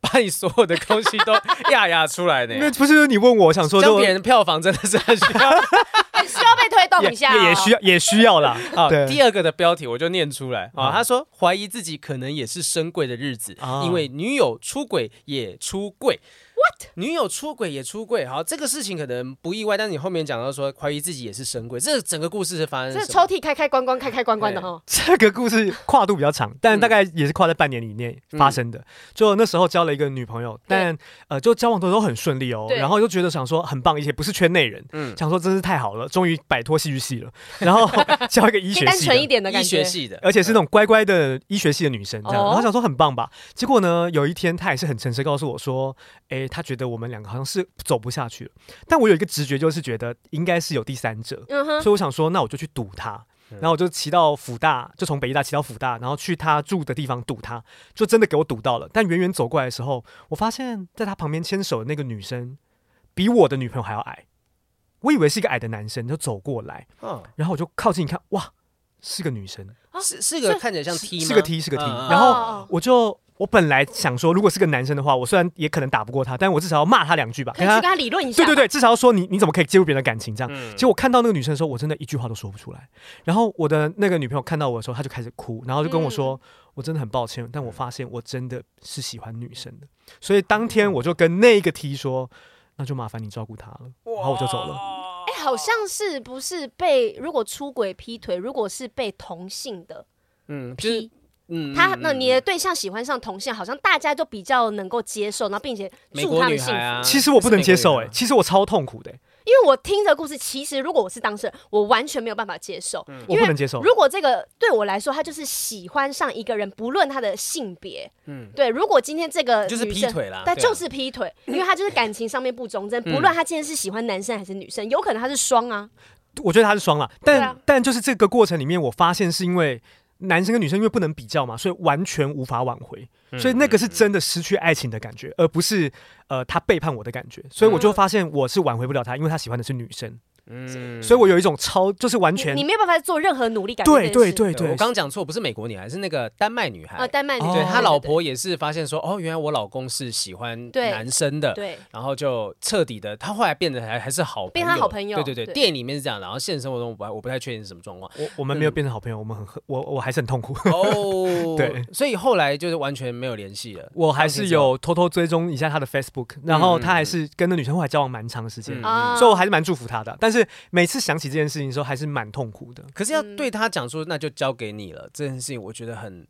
C: 把你所有的东西都 *laughs* 压压出来呢
A: 因。 *laughs* 为不是你问我，我想说
C: 将
A: 就
C: 别人票房真的是很需要。
B: 很需要被推动
A: 也
B: 一下哦，
A: 也也需要也需要啦。
C: 好，
A: 对
C: 第二个的标题我就念出来啊，
A: 嗯
C: 他说 *laughs* 怀疑自己可能也是深贵的日子，
A: *laughs* 啊
C: 因为女友出轨也出柜。What？女友出轨也出柜，好，这个事情可能不意外，但是你后面讲到说怀疑自己也是深贵，这整个故事是发生
B: 这
C: 什
B: 抽
C: 么？
B: 屉开开关关开开关关的哦哈。
A: 这个故事跨度比较长，但大概也是跨在半年里面发生的。
B: 嗯
A: 就那时候交了一个女朋友，但呃，就交往的都很顺利哦，
B: 对
A: 然后就觉得想说很棒，也不是圈内人，
C: 嗯
A: 想说真是太好了，终于摆脱戏剧系了，然后交一个医
B: 可以
A: 学
B: 单
A: 系
B: 纯一
A: 的。
B: 点的感
C: 医学
B: 觉，
C: 系的，
A: 而且是那种乖乖的医学系的女生，这样，
B: 哦
A: 然后想说很棒吧。结果呢，有一天她也是很诚实地告诉我说，诶，她觉得我们两个好像是走不下去了。但我有一个直觉，就是觉得应该是有第三者，
B: 嗯哼，
A: 所以我想说，那我就去堵他。然后我就骑到辅大，就从北医大骑到辅大，然后去他住的地方堵他，就真的给我堵到了。但远远走过来的时候，我发现在他旁边牵手的那个女生，比我的女朋友还要矮。我以为是一个矮的男生，就走过来，
C: 嗯，
A: 然后我就靠近一看，哇，是个女生。
B: 啊
C: 是是个
B: 是
C: 看起来像 T 吗？
A: 是个 T，是个 T
C: 嗯
A: 然后
B: 哦
A: 我就我本来想说，如果是个男生的话，我虽然也可能打不过他，但我至少要骂他两句吧，
B: 可以去跟他理论一下
A: 对
B: 嘛。
A: 对对，至少要说你你怎么可以介入别人的感情这样。
C: 嗯
A: 结果我看到那个女生的时候，我真的一句话都说不出来。然后我的那个女朋友看到我的时候，她就开始哭，然后就跟我说：“我真的很抱歉，但我发现我真的是喜欢女生的。”所以当天我就跟那个 T 说：“那就麻烦你照顾她了。”然哦后我就走了。
C: 了
B: 哎，好像是不是被如果出轨劈腿，如果是被同性的
C: 嗯，就是
B: 劈，
C: 嗯，
B: 他那你的对象喜欢上同性，好像大家就比较能够接受，然后并且
C: 美
B: 祝他
C: 国
B: 们
C: 女
B: 幸
C: 孩
B: 福。
C: 啊，
A: 其实我不能接受、
C: 是美国女
A: 哎，
C: 孩啊
A: 其实我超痛苦的、哎
B: 因为我听这故事，其实如果我是当事人，我完全没有办法接受，
A: 我
C: 嗯
B: 因
A: 不
B: 为
A: 能接受。
B: 如果这个对我来说，他就是喜欢上一个人，不论他的性别，
C: 嗯
B: 嗯，对。如果今天这个
C: 就是
B: 女
C: 劈
B: 生
C: 腿啦
B: 但
C: 对啊嗯
B: 就是劈腿，因为他就是感情上面不忠
C: *coughs*
B: 贞，不论他今天是喜欢男生还是女生，有可能他是双啊，
A: 我觉得他是双了，但、
B: 对啊
A: 但就是这个过程里面，我发现是因为男生跟女生因为不能比较嘛，所以完全无法挽回，
C: 嗯
A: 所以那个是真的失去爱情的感觉，而不是呃他背叛我的感觉。所以我
B: 嗯
A: 就发现我是挽回不了他，因为他喜欢的是女生，
C: 嗯
A: 所以我有一种超就是完全
B: 你你没有办法做任何努力改变这
A: 对
B: 件
A: 对
B: 事
A: 对
C: 对
A: 对，
C: 我刚讲错，不是美国女孩，是那个丹麦女孩。
B: 啊，丹麦女
A: 哦
C: 对
B: 生
C: 他老婆也是发现说，哦，原来我老公是喜欢
B: 对
C: 男生的，
B: 对
C: 然后就彻底的，他后来变得还还是好朋友，
B: 变他好朋友
C: 对对对，
B: 对
C: 电影里面是这样，然后现实生活中我不太我不太确定是什么
B: *laughs*
C: 状况。
A: 我我们没
C: 嗯
A: 有变成好朋友，我们很我我还是很痛苦。
C: 哦，
A: 对，
C: 所以后来就是完全没有联系了。
A: 我还是有偷偷追踪一下他的 Facebook，然后他还是跟那女生后来交往蛮长时间，
C: 嗯
B: 啊，
A: 所以我还是蛮祝福他的。但是每次想起这件事情的时候，还是蛮痛苦的。
C: 可是要对他讲说，那就交给你了，这件事情我觉得很，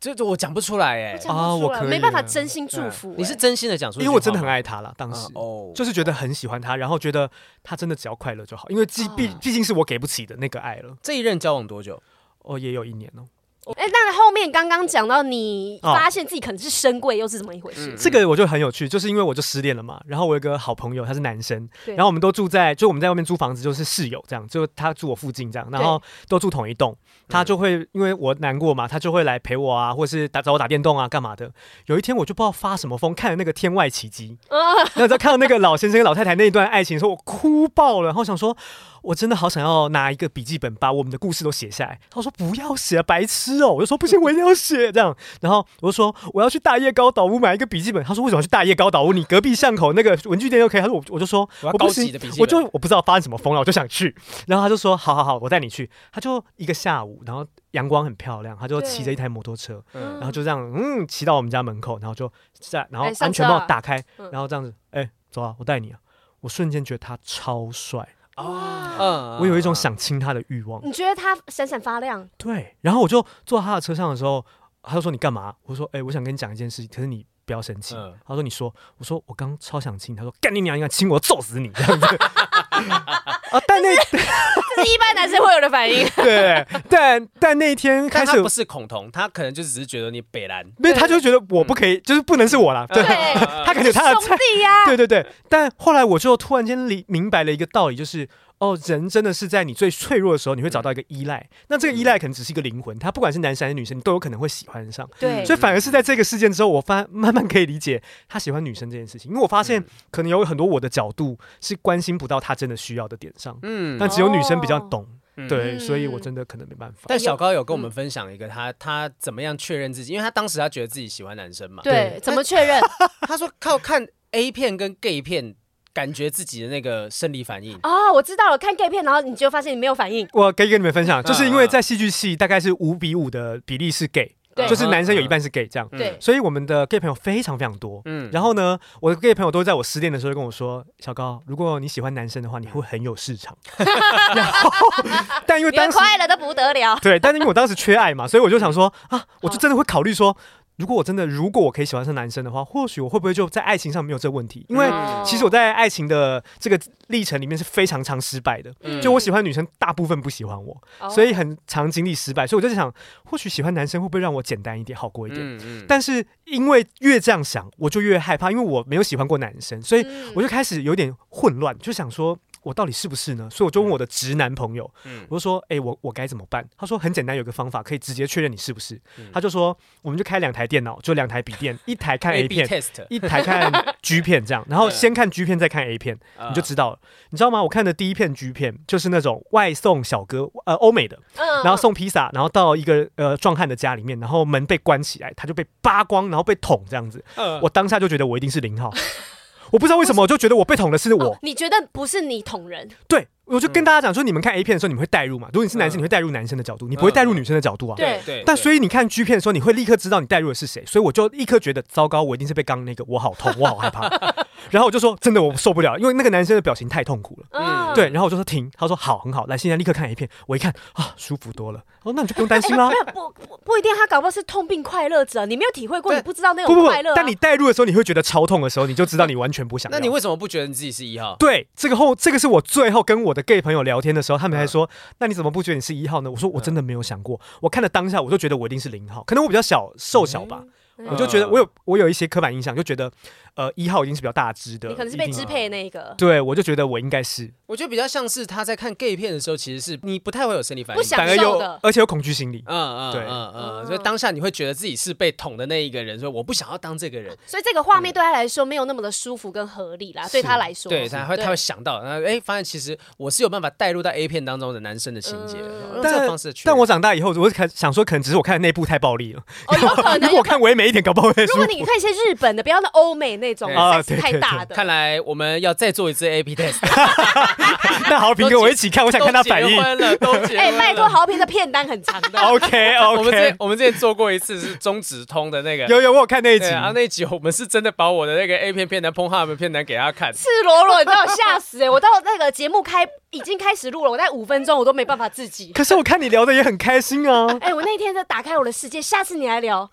C: 这这我讲不出来哎、
A: 不
B: 我
A: 啊
B: 讲不出
A: 我
B: 来，
A: 可以
B: 没办法真心祝
C: 对
B: 福。
C: 你是
B: 哎
C: 真心的讲出这句话吗，
A: 因为我真的很爱他啦，当时、
C: 嗯哦，
A: 就是觉得很喜欢他，然后觉得他真的只要快乐就好，因为既毕
B: 啊
A: 毕竟是我给不起的那个爱了。
C: 这一任交往多久？
A: 哦，也有一年
C: 嗯
A: 哦，
B: 哎，那后面刚刚讲到你
A: 哦
B: 发现自己可能是深贵，又是怎么一回事
C: 嗯？
A: 这个我就很有趣，就是因为我就失恋了嘛，然后我有一个好朋友，他是男生，
B: 对
A: 然后我们都住在，就我们在外面租房子，就是室友这样，就他住我附近这样，然后都住同一栋，
C: 嗯
A: 他就会因为我难过嘛，他就会来陪我啊，或是打找我打电动啊，干嘛的。有一天我就不知道发什么疯，看了那个《天外奇迹》，那在看到那个老先生跟老太太那一段爱情的时候，我哭爆了，然后想说，我真的好想要拿一个笔记本把我们的故事都写下来。他说不要写，白痴哦、我就说不行，我一定要写这样。然后我就说我要去大叶高岛屋买一个笔记本。他说为什么要去大叶高岛屋？你隔壁巷口那个文具店就可以。他说我我就说
C: 我要
A: 不
C: 高级
A: 行
C: 的笔记本
A: 我就我不知道发生什么疯了，我就想去。然后他就说好好好，我带你去。他就一个下午，然后阳光很漂亮，他就骑着一台摩托车，
C: 嗯
A: 然后就这样，嗯，骑到我们家门口，然后就在，然后
B: 哎上
A: 安全
B: 车
A: 帽
B: 啊
A: 打开，
B: 嗯
A: 然后这样子，哎、走啊，我带你啊。我瞬间觉得他超帅，
C: 哦，嗯
A: 我有一种，想亲他的欲望。
B: 你觉得他闪闪发亮，
A: 对，然后我就坐他的车上的时候，他就说你干嘛？我说，哎、我想跟你讲一件事情，可是你不要生气。
C: 嗯
A: 他说你说，我说我刚超想亲你，他
C: *laughs*
A: 说干你娘，你敢亲我，我揍死你这样子。啊，但那
B: 这是一般男生会所有的反应。
A: 对，但但那一天开
C: 但
A: 始
C: 他，不是恐同，他可能就只是觉得你北蓝，
A: 因为他就觉得
C: 嗯
A: 我不可以，就是不能是我啦。对，
B: 对
A: 他感觉他的
B: 兄
A: 菜，
B: 弟啊
C: 啊
B: 呀、
A: 对对对。但后来我就突然间理明白了一个道理，就是。哦，人真的是在你最脆弱的时候，你会找到一个依赖。那这个依赖可能只是一个灵魂，他不管是男生还是女生，你都有可能会喜欢上。
C: 嗯
B: 对
A: 所以反而是在这个事件之后，我发慢慢可以理解他喜欢女生这件事情，因为我发
C: 嗯
A: 现可能有很多我的角度是关心不到他真的需要的点上，
C: 嗯，
A: 但只有女生比较
B: 哦
A: 懂，
C: 嗯
A: 对，所以我
B: 嗯
A: 真的可能没办法。
C: 但小高有嗯跟我们分享一个他他怎么样确认自己，因为他当时他觉得自己喜欢男生嘛，
B: 对，怎么确
A: *laughs*
B: 认？
C: *laughs* 他说靠看 A 片跟 gay 片感觉自己的那个生理反应，
B: 哦，我知道了，看 gay 片，然后你就发现你没有反应。
A: 我可以跟你们分享，就是因为
C: 嗯嗯
A: 在戏剧系大概是五比五的比例是 gay，
B: 对
A: 就是男生有一半是 gay 这样，
C: 嗯
B: 对，
A: 所以我们的 gay 朋友非常非常多。
C: 嗯
A: 然后呢，我的 gay 朋友都在我失恋的时候就跟我说：“小高，如果你喜欢男生的话，你会很有市
B: *laughs*
A: 场。”然后，但因为
B: 你们
A: 当时
B: 快乐的不得了。
A: 对，但因为我当时缺爱嘛，所以我就想说
B: 嗯
A: 啊，我就真的会考虑说，如果我真的如果我可以喜欢上男生的话，或许我会不会就在爱情上没有这个问题？因为
B: 嗯
A: 其实我在爱情的这个历程里面是非常常失败的，
C: 嗯
A: 就我喜欢女生大部分不喜欢我，
B: 哦
A: 所以很常经历失败，所以我就在想，或许喜欢男生会不会让我简单一点，好过一点？
C: 嗯嗯
A: 但是因为越这样想，我就越害怕，因为我没有喜欢过男生，所以
B: 嗯
A: 我就开始有点混乱，就想说。我到底是不是呢？所以我就问我的直男朋友，
C: 嗯
A: 我就说：“哎、我我该怎么办？”他说：“很简单，有个方法可以直接确认你是不是。
C: 嗯
A: 他就说：“我们就开两台电脑，就两台笔
C: *laughs*
A: 电，一台看 A
C: A B
A: 片，
C: test，
A: 一台看 G 片
C: *laughs*
A: 这样，然后
C: 嗯
A: 先看 G 片，再看 A 片，
C: 啊
A: 你就知道了。你知道吗？我看的第一片 G 片就是那种外送小哥，呃，欧美的，
B: 嗯
A: 然后送披萨，然后到一个呃壮汉的家里面，然后门被关起来，他就被扒光，然后被捅这样子。
C: 嗯
A: 我当下就觉得我一定是零
B: *laughs*
A: 号，我不知道为什么，我就觉得我被捅的是
B: 哦
A: 我。
B: 你觉得不是你捅人？
A: 对，我就跟大家讲说，你们看 A 片的时候，你们会带入嘛？如果你是男生，
C: 嗯
A: 你会带入男生的角度，你不会带入女生的角度啊。
B: 嗯对
C: 对，
A: 但所以你看 G 片的时候，你会立刻知道你带入的是谁，所以我就立刻觉得糟糕，我一定是被刚那个，我好痛，我好害
B: *laughs*
A: 怕。然后我就说真的我受不了，因为那个男生的表情太痛苦了。
B: 嗯，
A: 对，然后我就说停，他说好，很好，来现在立刻看 A 片。我一看啊，舒服多了。哦，那你就不用担
B: 哎。
A: 心啦
B: 没。有不不不一定，他搞不好是痛并快乐着。你没有体会过，
C: 对
B: 你不知道那
A: 不
B: 种
A: 不不
B: 快乐啊。，
A: 但你带入的时候，你会觉得超痛的时候，你就知道你完全不想要。
C: 那你为什么不觉得你自己是一号？
A: 对这个后，这个是我最后跟我的 gay 朋友聊天的时候，他们还
B: 啊
A: 说：“那你怎么不觉得你是一号呢？”我说：“我真的没有想过，我看了当下，我就觉得我一定是零号，可能我比较小瘦小吧，
B: 嗯
A: 我就觉得我有我有一些刻板印象，就觉得呃一号已经是比较大只
C: 嗯
A: 的，
B: 你可能是被
A: 一定
B: 支配的那一
C: 啊
B: 个，
A: 对我就觉得我应该是，
C: 我觉得比较像是他在看 gay 片的时候，其实是你不太会有生理反应，
B: 不想
A: 反而
B: 享受
A: 有
B: 的
A: 而且有恐惧心理。
C: 嗯嗯
A: 对
C: 嗯嗯，
B: 嗯
C: 所以当下你会觉得自己是被捅的那一个人，说我不想要当这个人，
B: 所以这个画面对他来说没有那么的舒服跟合理啦，对他来说，
C: 嗯对，他会他会想到，然后哎，发现其实我是有办法带入到 A 片当中的男生的情节，哦
B: 嗯
C: 用这
A: 但
C: 个方式去。
A: 但我长大以后，我可想说，可能只是我看的那部太暴力
B: *laughs*
A: 了。 *laughs*
B: 哦，
C: *laughs*
B: 有可
A: 如
B: 能
A: 果。我看唯美一点，搞不好会
B: 如
A: 舒
B: 果
A: 服。
B: 你看一些日本的，不要那欧美那种，
A: 啊
B: 胆子太大的。
C: 看来我们要再做一次 A P test，
A: 那好评跟我一起看， *laughs* 我想看他反应
C: 都结。婚了，都结婚了。
B: 哎，拜托，，豪平的片单很长的，
C: *laughs*
A: OK
C: 我们之
A: OK，
C: 前我们之前做过一次是中指通的那个。
A: 有有我有看那一集
C: 对，啊，那一集我们是真的把我的那个 A 片片单、碰哈们片单给他看，
B: 赤裸裸，你知道我吓死哎！我到那个节目开已经开始录了，我在五分钟我都没办法自己。
A: 可是我看你聊的也很开心啊。
C: *laughs*
B: 哎，我那天在打开我的世界，下次你来聊。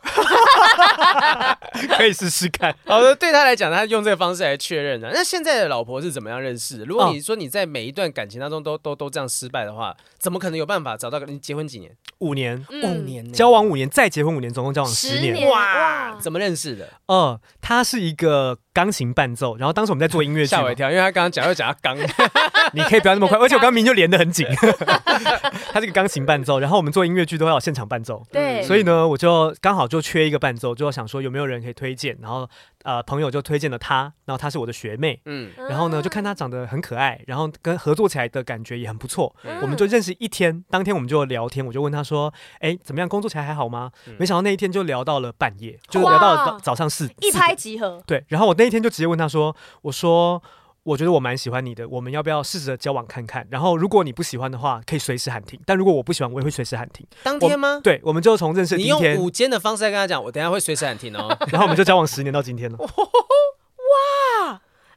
A: 可以试试看。
C: *laughs* 好的，对他来讲，他用这个方式来确认的、那现在的老婆是怎么样认识的？如果你说你在每一段感情当中都都都这样失败的话，怎么可能有办法找到个？你结婚几年？
A: 五年，
B: 嗯
C: 呢
A: 交往五年，再结婚五年，总共交往
B: 十
A: 十
B: 年
A: 年。
B: 哇，
C: 怎么认识的？
A: 呃，他是一个钢琴伴奏，然后当时我们在做音乐剧
C: *laughs* 吓我
A: 嘛
C: 一，跳，因为他刚刚讲又讲到刚，
A: 你可以不要那么快，而且我刚刚明就连得很紧。他是个钢琴伴奏，然后我们做音乐剧都要有现场伴奏，
B: 对，
A: 所以呢，我就刚好就缺一个伴奏，就想说有没有人可以推荐，然后呃朋友就推荐了他，然后她是我的学妹。
C: *laughs* 嗯，
A: 然后呢，就看她长得很可爱，然后跟合作起来的感觉也很不错，
B: 嗯，
A: 我们就认识一天，当天我们就聊天，我就问他说：“哎，怎么样？工作起来还好吗？”
C: 嗯
A: 没想到那一天就聊到了半夜，就聊到了
B: 哇
A: 早早上四
B: 一
A: 四
B: 拍
A: 点
B: 即合。
A: 对。然后我那一天就直接问他说：“我说，我觉得我蛮喜欢你的，我们要不要试着交往看看？然后如果你不喜欢的话，可以随时喊停；但如果我不喜欢，我也会随时喊
C: *laughs*
A: 停。
C: 当天吗？
A: 对，我们就从认识的
C: 你
A: 第一
C: 用
A: 天，
C: 午间的方式来跟他讲，我等一下会随时喊停哦。 *laughs*
A: 然后我们就交往十年到今天了。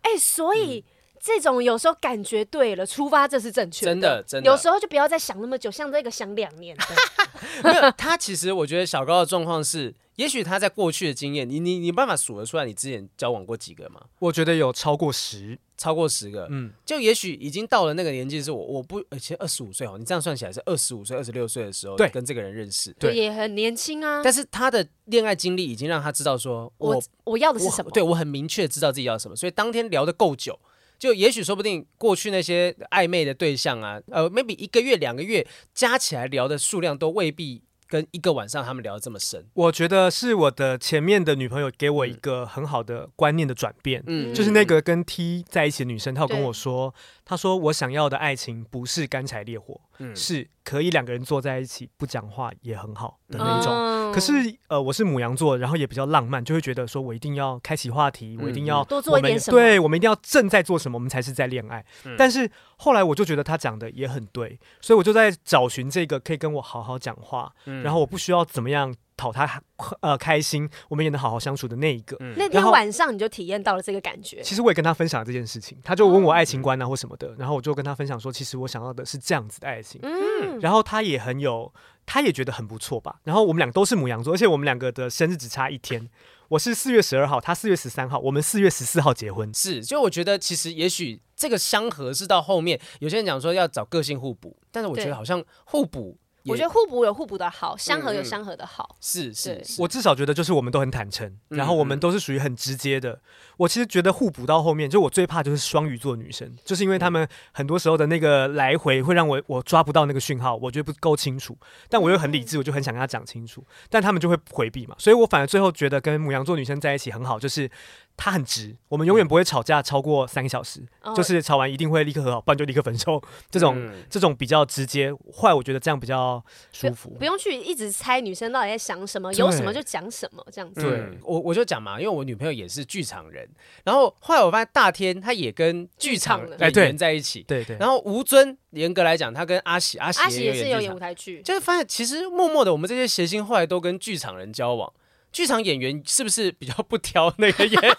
B: 哎，所以
C: 嗯
B: 这种有时候感觉对了，出发这是正确
C: 真的真的
B: 有时候就不要再想那么久，像这个想两年的。 *laughs*
C: 没有，他其实我觉得小高的状况是，也许他在过去的经验，你你你有办法数得出来，你之前交往过几个吗？
A: 我觉得有超过十，
C: 超过十个，
A: 嗯，
C: 就也许已经到了那个年纪，是我我不，而且二十五岁哦，你这样算起来是二十五岁、二十六岁的时候，
A: 对
C: 跟这个人认识，
A: 对
B: 也很年轻啊。
C: 但是他的恋爱经历已经让他知道说，我
B: 我我要的是
C: 我
B: 什么？
C: 对我很明确知道自己要什么，所以当天聊得够久，就也许说不定过去那些暧昧的对象啊，呃，maybe 一个月、两个月加起来聊的数量都未必跟一个晚上他们聊得这么深。
A: 我觉得是我的前面的女朋友给我一个很好的观念的转变，
C: 嗯
A: 就是那个跟 T 在一起的女生，她有跟
B: 对
A: 我说，她说我想要的爱情不是干柴烈火，
C: 嗯
A: 是可以两个人坐在一起不讲话也很好的那一种。
B: 嗯
A: 可是呃，我是母羊座，然后也比较浪漫，就会觉得说我一定要开启话题，我一定要
B: 多嗯做一
A: 我们
B: 点什么嗯
A: 对我们一定要正在做什么，我们才是在恋爱。但是后来我就觉得他讲的也很对，所以我就在找寻这个可以跟我好好讲话，
B: 嗯
A: 然后我不需要怎么样讨他呃开心，我们也能好好相处的那一个。
B: 那
A: 然
B: 天
A: 后
B: 晚上你就体验到了这个感觉，
A: 其实我也跟他分享这件事情，他就问我爱情观啊或什么的，然后我就跟他分享说，其实我想要的是这样子的爱情。
B: 嗯，
A: 然后他也很有，他也觉得很不错吧。然后我们俩都是母羊座，而且我们两个的生日只差一天。我是四月十二号，他四月十三号，我们四月十四号结婚。
C: 是，就我觉得其实也许这个相合是到后面，有些人讲说要找个性互补，但是我觉
B: 对
C: 得好像互补也，
B: 我觉得互补有互补的好，相合有
C: 嗯
B: 相合的好，
C: 是是
B: 对
C: 是，
A: 我至少觉得就是我们都很坦诚，然后我们
C: 嗯
A: 都是属于很直接的。我其实觉得互补到后面，就我最怕就是双鱼座女生，就是因为
C: 嗯
A: 她们很多时候的那个来回会让我我抓不到那个讯号，我觉得不够清楚，但我又很理
C: 嗯
A: 智，我就很想跟她讲清楚，但她们就会回避嘛。所以我反而最后觉得跟母羊座女生在一起很好，就是她很直，我们永
C: 嗯
A: 远不会吵架超过三个小时，
B: 哦
A: 就是吵完一定会立刻和好，不然就立刻分手。 *laughs* 这种、
C: 嗯
A: 这种比较直接，后来我觉得这样比较舒服。
B: 不用去一直猜女生到底在想什么，有什么就讲什么这样子。
A: 对
C: 嗯我我就讲嘛，因为我女朋友也是剧场人，然后后来我发现大天他也跟剧场
B: 剧场的
A: 哎
C: 演
A: 对
C: 员在一起，
A: 对对，
C: 然后吴尊严格来讲，他跟阿喜阿喜
B: 阿喜也是
C: 演
B: 有
C: 剧
B: 演
C: 场
B: 舞台剧，
C: 就是发现其实默默的，我们这些谐星后来都跟剧场人交往。剧场演员是不是比较不挑那个 *laughs* 演？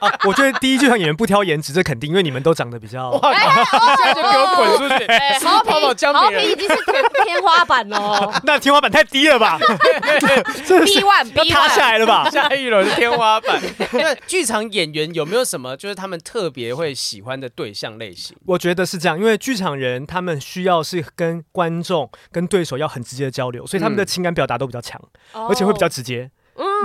A: 啊， *laughs* 我觉得第一剧场演员不挑颜值，这肯定，因为你们都长得比较。
C: 哇靠！哦
B: 哦
C: *laughs* 现在就给我滚出去！
B: 哎 *laughs*
C: 是不是跑跑江
B: 好
C: 别
B: 评已
C: 人？
B: 经是天天花板
A: *laughs*
B: 喽
A: 那天花板太低了 *laughs* 吧？
B: ，B one
A: 要
B: B
A: 塌
B: one，
A: 下来了吧？ *laughs*
C: 下一轮是天花 *laughs* 板。那剧场演员有没有什么就是他们特别会喜欢的对象类型？
A: 我觉得是这样，因为剧场人他们需要是跟观众、跟对手要很直接的交流，所以他们的
C: 嗯
A: 情感表达都比较强，而且会
B: 哦
A: 比较直接。哦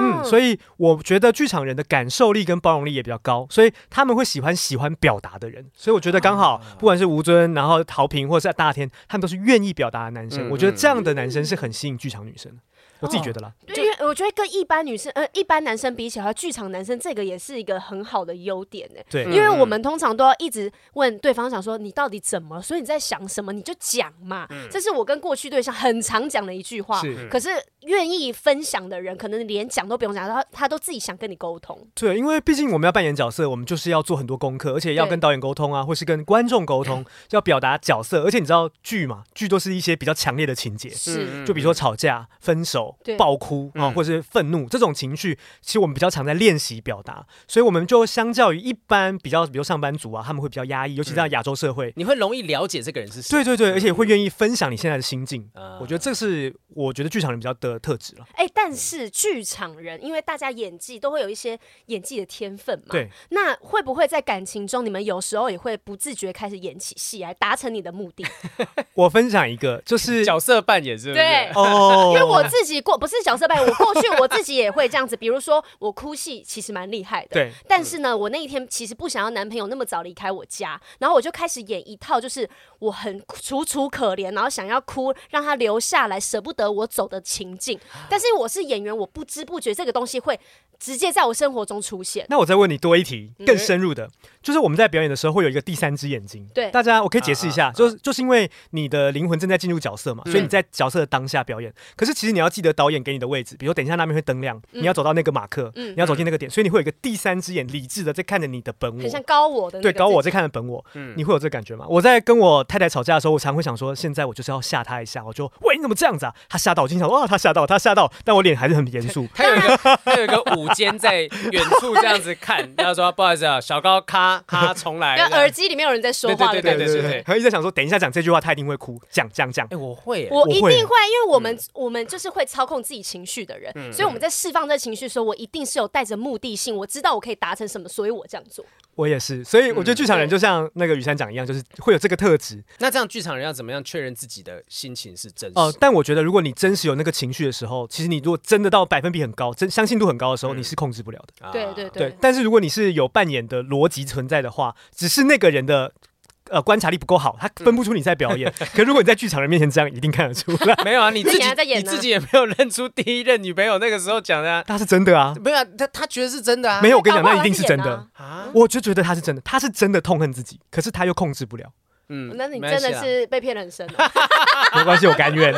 A: 嗯，所
B: 以
A: 以我觉得剧场人的感受力跟包容力也比较高，所以他们会喜欢喜欢表达的人。所以我觉得刚好，不管是吴尊，然后陶平，或者是大天，他们都是愿意表达的男生。
C: 嗯
A: 我觉得这样的男生是很吸引剧场女生的，我自己觉得啦。
B: 因为我觉得跟一般女生呃一般男生比起来，剧场男生这个也是一个很好的优点呢。
A: 对，嗯
B: 因为我们通常都要一直问对方，想说你到底怎么了，所以你在想什么，你就讲嘛。这是我跟过去对象很常讲的一句话。
A: 嗯是
B: 可是愿意分享的人，可能连讲都不用讲，他他都自己想跟你沟通。
A: 对，因为毕竟我们要扮演角色，我们就是要做很多功课，而且要
B: 对
A: 跟导演沟通啊，或是跟观众沟通，要表达角色。而且你知道剧嘛，剧都是一些比较强烈的情节，
B: 是，
A: 就比如说吵架、分手
B: 嗯对、
A: 爆哭啊，
C: 嗯
A: 或是愤怒这种情绪，其实我们比较常在练习表达，所以我们就相较于一般比较，比如上班族啊，他们会比较压抑，尤其
B: 嗯
A: 在亚洲社会。
C: 你会容易了解这个人是谁？
A: 对对对，而且会愿意分享你现在的心境，
B: 嗯
C: 啊
A: 我觉得这是我觉得剧场人比较的特质了。
B: 哎、但是剧场人，因为大家演技都会有一些演技的天分嘛。。
A: 对，
B: 那会不会在感情中，你们有时候也会不自觉开始演起戏来，达成你的目的？
A: 我分享一个，
B: *laughs*
A: 就是
C: 角色扮演是不是？
B: 对
A: 哦，
B: *laughs* 因为我自己过不是角色扮演，我过去我自己也会这样子。比如说，我哭戏其实蛮厉害的，
A: 对
B: 但是呢，我那一天其实不想要男朋友那么早离开我家，然后我就开始演一套，就是我很楚楚可怜，然后想要哭，让他留下来，舍不得我走的情境。但是我是演员，我不知不觉这个东西会直接在我生活中出现。
A: 那我再问你多一题，
B: 嗯
A: 更深入的，就是我们在表演的时候会有一个第三只眼睛。
B: 对
A: 大家我可以解释一
C: 啊
A: 下，
C: 啊啊
A: 就是就是因为你的灵魂正在进入角色嘛，
C: 嗯
A: 所以你在角色的当下表演。可是其实你要记得导演给你的位置，比如说等一下那边会灯亮，
B: 嗯
A: 你要走到那个马克，
B: 嗯
A: 你要走进那个点，所以你会有一个第三只眼，理智的在看着你的本
B: 很像
A: 我。
B: 高我的那
A: 对，
B: 个
A: 搞我
B: 自
A: 在
B: 己
A: 看着本我，
C: 嗯
A: 你会有这个感觉吗？我在跟我太太吵架的时候，我常会想说，现在我就是要吓她一下，我就喂你怎么这样子啊？她吓到，我经常哇她吓到，她吓到，但我脸还是很严
B: *laughs*
A: 肃。
C: 他有一个，他有一个舞间在远处这样子看，他说：“不好意思啊，小高咔咔
B: *laughs*
C: 重来。”
B: 跟耳机里面有人在说话的
C: *laughs* 对
B: 感
C: 对
B: 觉。
C: 对对
A: 然后一直在想说，等一下讲这句话，她一定会哭，讲讲讲
C: 哎、。我会耶，
B: 我
A: 我
B: 一定
A: 会嗯
B: 会，因为我们、我们就是会操控自己情绪的人，所以我们在释放这情绪的时候，我一定是有带着目的性，我知道我可以达成什么，所以我这样做。
A: 我也是，所以我觉得剧
C: 嗯
A: 场人就像那个雨山讲一样，就是会有这个特质
C: 那这样剧场人要怎么样确认自己的心情是真实？
A: 哦、呃但我觉得如果你真实有那个情绪的时候，其实你如果真的到百分比很高，真相信度很高的时候，
C: 嗯
A: 你是控制不了的。
C: 啊
B: 对对对
A: 对，但是如果你是有扮演的逻辑存在的话，只是那个人的。呃，观察力不够好，他分不出你在表演。
C: 嗯
A: *laughs* 可如果你在剧场人面前这样，一定看得
C: *laughs*
A: 出来，
C: *laughs* 没有啊，你自己
B: 那你还在演
C: 你
B: 呢
C: 自己也没有认出第一任女朋友那个时候讲的、啊，
A: 他是真的啊。
C: 没有、啊，他他觉得是真的啊，
A: 没有，我跟你讲，
B: 搞不
A: 那
B: 好
A: 一定是真
B: 他演
A: 的
B: 啊。
C: 啊，
A: 我就觉得他是真的，他是真的痛恨自己，可是他又控制不了。
C: 嗯
B: 那你
C: 没
B: 真
C: 关系
B: 的
C: 啦
B: 是被骗得很深哦。
A: 没关系，我甘愿。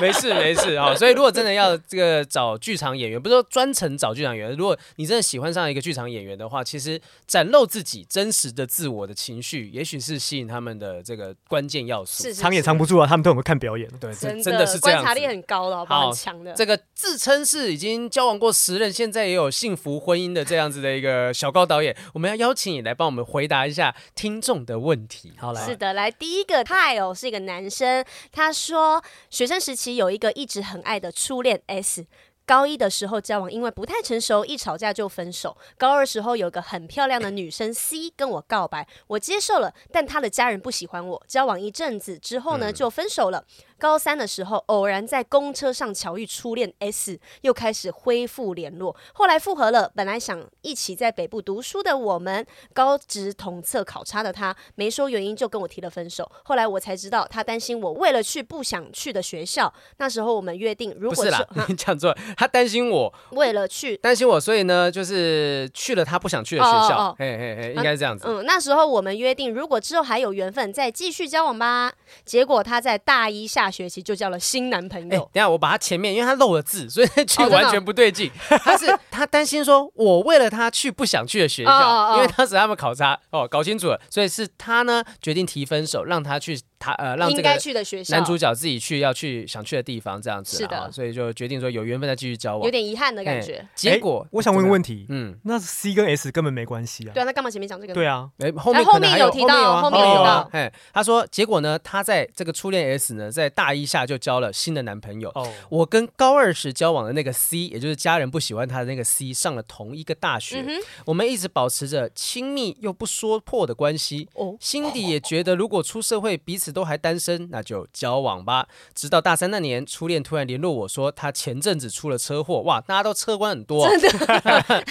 C: 没事没事啊、哦，所以如果真的要这个找剧场演员，不是说专程找剧场演员，如果你真的喜欢上一个剧场演员的话，其实展露自己真实的自我的情绪，也许是吸引他们的这个关键要素。
B: 是是
A: 藏也
B: 是
A: 藏不住啊，他们都很会看表演。
C: 对，
B: 真
C: 真真的是这样
B: 观
C: 子
B: 察力很高的，好不好？
C: 好
B: 很强的。
C: 这个自称是已经交往过十任，现在也有幸福婚姻的这样子的一个小高导演，我们要邀请你来帮我们回答一下听众的问题。好来，
B: 是的，来第一个派哦，是一个男生，他说学生时期有一个一直很爱的初恋 S。高一的时候交往，因为不太成熟，一吵架就分手。高二时候有个很漂亮的女生 C 跟我告白，我接受了，但她的家人不喜欢我。交往一阵子之后
C: 嗯
B: 呢，就分手了。高三的时候，偶然在公车上巧遇初恋 S，又开始恢复联络。后来复合了，本来想一起在北部读书的我们，高职统测考差的他，没说原因就跟我提了分手。后来我才知道，他担心我为了去不想去的学校。那时候我们约定，如
C: 不
B: 果
C: 是啦，你讲错了，他担心我，
B: 为了去。
C: 担心我，所以呢，就是去了他不想去的学
B: 哦
C: 校。
B: 哦哦
C: 嘿嘿嘿，应该是这样子。
B: 嗯，那时候我们约定，如果之后还有缘分，再继续交往吧。结果他在大一下学期就交了新男朋
C: 哎、
B: 友。
C: 等一下我把他前面，因为他漏了字，所以那句
B: 嗯哦真的哦
C: 完全不对劲。他是他担心说，我为了他去不想去的学校，
B: 哦哦哦
C: 因为当时他们考察哦，搞清楚了，所以是他呢决定提分手，让他去他呃让
B: 应
C: 这
B: 该
C: 个
B: 去的学校，
C: 男主角自己去要去想去的地方这样子啦。
B: 是的
C: 哦所以就决定说有缘分再继续交往。
B: 有点遗憾的感
C: 哎
B: 觉。
C: 结果、
A: 我想问个问题，
C: 嗯，
A: 那 C 跟 S 根本没关系啊
B: 对。啊，那干嘛前面讲这个？
A: 对啊，
C: 哎、后面
B: 他后
C: 可能
B: 面
C: 还
B: 有
C: 有
B: 提
C: 后面有
B: 到
C: 啊
B: 后
A: 面有
C: 有啊
B: 到。
C: 哎、他说结果呢，他在这个初恋 S 呢，在大一下就交了新的男朋
B: 啊
C: 友。
A: 哦，
C: 我跟高二时交往的那个 C，也就是家人不喜欢他的那个 C，上了同一个大学。
B: 嗯哼，
C: 我们一直保持着亲密又不说破的关系，
B: 哦，
C: 心底也觉得如果出社会彼此都还单身，那就交往吧。直到大三那年，初恋突然联络我说，他前阵子出了车祸，哇，大家都车关很多、啊真的。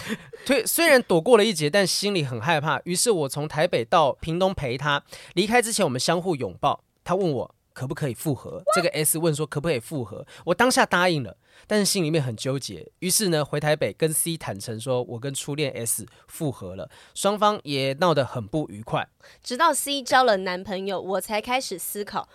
C: 对，虽然躲过了一劫，但心里很害怕。于是我从台北到屏东陪他，离开之前我们相互拥抱，他问我。可不可以复合？这个 S 问说可不可以复合？我当下答应了，但是心里面很纠结。于是呢，回台北跟 C 坦诚说，我跟初恋 S 复合了，双方也闹得很不愉快。
B: 直到 C 交了男朋友，我才开始思考，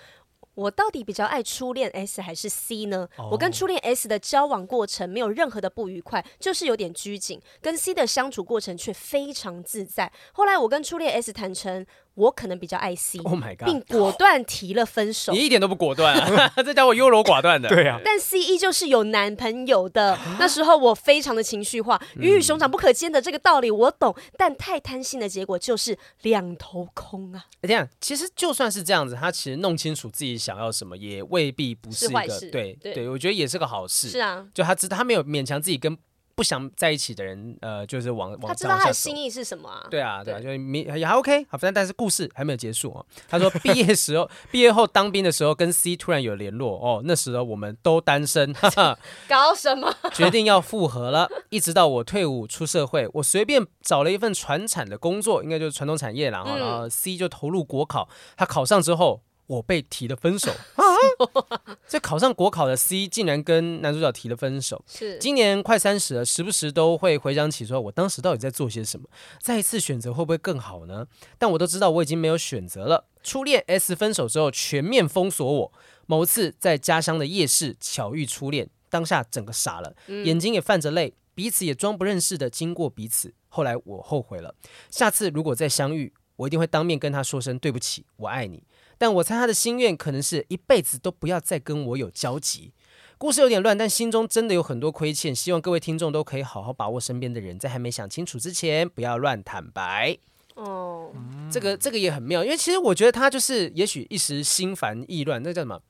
B: 我到底比较爱初恋 S 还是 C 呢？
A: 哦
B: 我跟初恋 S 的交往过程没有任何的不愉快，就是有点拘谨；跟 C 的相处过程却非常自在。后来我跟初恋 S 坦诚，我可能比较爱 C，、
C: Oh my
B: 并
C: god！
B: 果断提了分手
C: 你。一点都不果断啊！ *laughs* 这家伙优柔寡断的。
A: 对啊
B: 但 C 依旧是有男朋友的。
C: 啊
B: 那时候我非常的情绪化，
C: 嗯
B: 鱼与熊掌不可兼的这个道理我懂，但太贪心的结果就是两头空啊。
C: 哎，这样其实就算是这样子，他其实弄清楚自己想要什么，也未必不是一
B: 是坏
C: 个
B: 事
C: 对
B: 对
C: 对，我觉得也是个好事。
B: 是啊，
C: 就他知他没有勉强自己跟不想在一起的人，呃，就是往往
B: 他知道他
C: 往下
B: 的
C: 走
B: 心意是什么啊？
C: 对啊，对啊，
B: 对
C: 就是明也还 OK，好，但但是故事还没有结束哦。
B: *laughs*
C: 他说毕业时候， *laughs* 毕业后当兵的时候跟 C 突然有联络哦，那时候我们都单身， *laughs* 哈
B: *laughs*
C: 哈，
B: 搞什么？
C: 决定要复合了。一直到我退伍出社会，我随便找了一份船产的工作，应该就是传统产业啦。哈
B: 嗯
C: 然后 C 就投入国考，他考上之后。我被提了分手，
B: *laughs*
C: 这考上国考的 C 竟然跟男主角提了分手，
B: 是
C: 今年快三十了，时不时都会回想起，说我当时到底在做些什么，再一次选择会不会更好呢？但我都知道我已经没有选择了。初恋 S 分手之后全面封锁我。某次在家乡的夜市巧遇初恋，当下整个傻了，眼睛也泛着泪，彼此也装不认识的经过彼此。后来我后悔了，下次如果再相遇，我一定会当面跟他说声对不起，我爱你。但我猜他的心愿可能是一辈子都不要再跟我有交集。故事有点乱，但心中真的有很多亏欠，希望各位听众都可以好好把握身边的人，在还没想清楚之前，不要乱坦白。
B: 哦，
C: 这个这个也很妙，因为其实我觉得他就是，也许一时心烦意乱，那叫什么？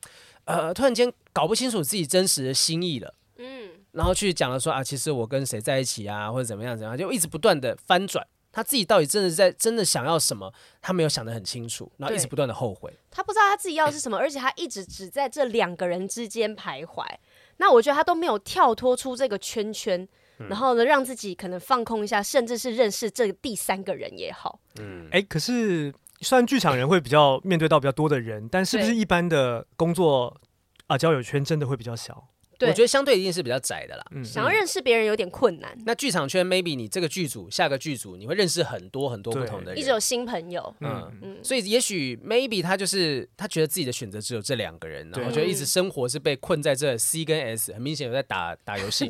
C: 呃，突然间搞不清楚自己真实的心意了，
B: 嗯，
C: 然后去讲了说啊，其实我跟谁在一起啊，或者怎么样怎么样，就一直不断的翻转。他自己到底真的在真的想要什么，他没有想得很清楚，然后一直
B: 对
C: 不断的后悔。
B: 他不知道他自己要的是什么，而且他一直只在这两个人之间徘徊。那我觉得他都没有跳脱出这个圈圈，
C: 嗯
B: 然后呢，让自己可能放空一下，甚至是认识这个第三个人也好。
C: 嗯
A: 哎、可是虽然剧场人会比较面对到比较多的人，但是不是
B: 对
A: 一般的工作啊、交友圈真的会比较小？
B: 对
C: 我觉得相对一定是比较窄的啦。
A: 嗯，
B: 想要认识别人有点困难，
C: 那剧场圈，maybe 你这个剧组、下个剧组，你会认识很多很多不
A: 对
C: 同的
B: 一直有
C: 人。
B: 新朋友。
C: 嗯
A: 嗯，
B: 嗯，
C: 所以也许 maybe 他就是他觉得自己的选择只有这两个人，然后
A: 对
C: 觉得一直
B: 嗯
C: 生活是被困在这 C 跟 S，很明显有在打打游 *laughs* 戏。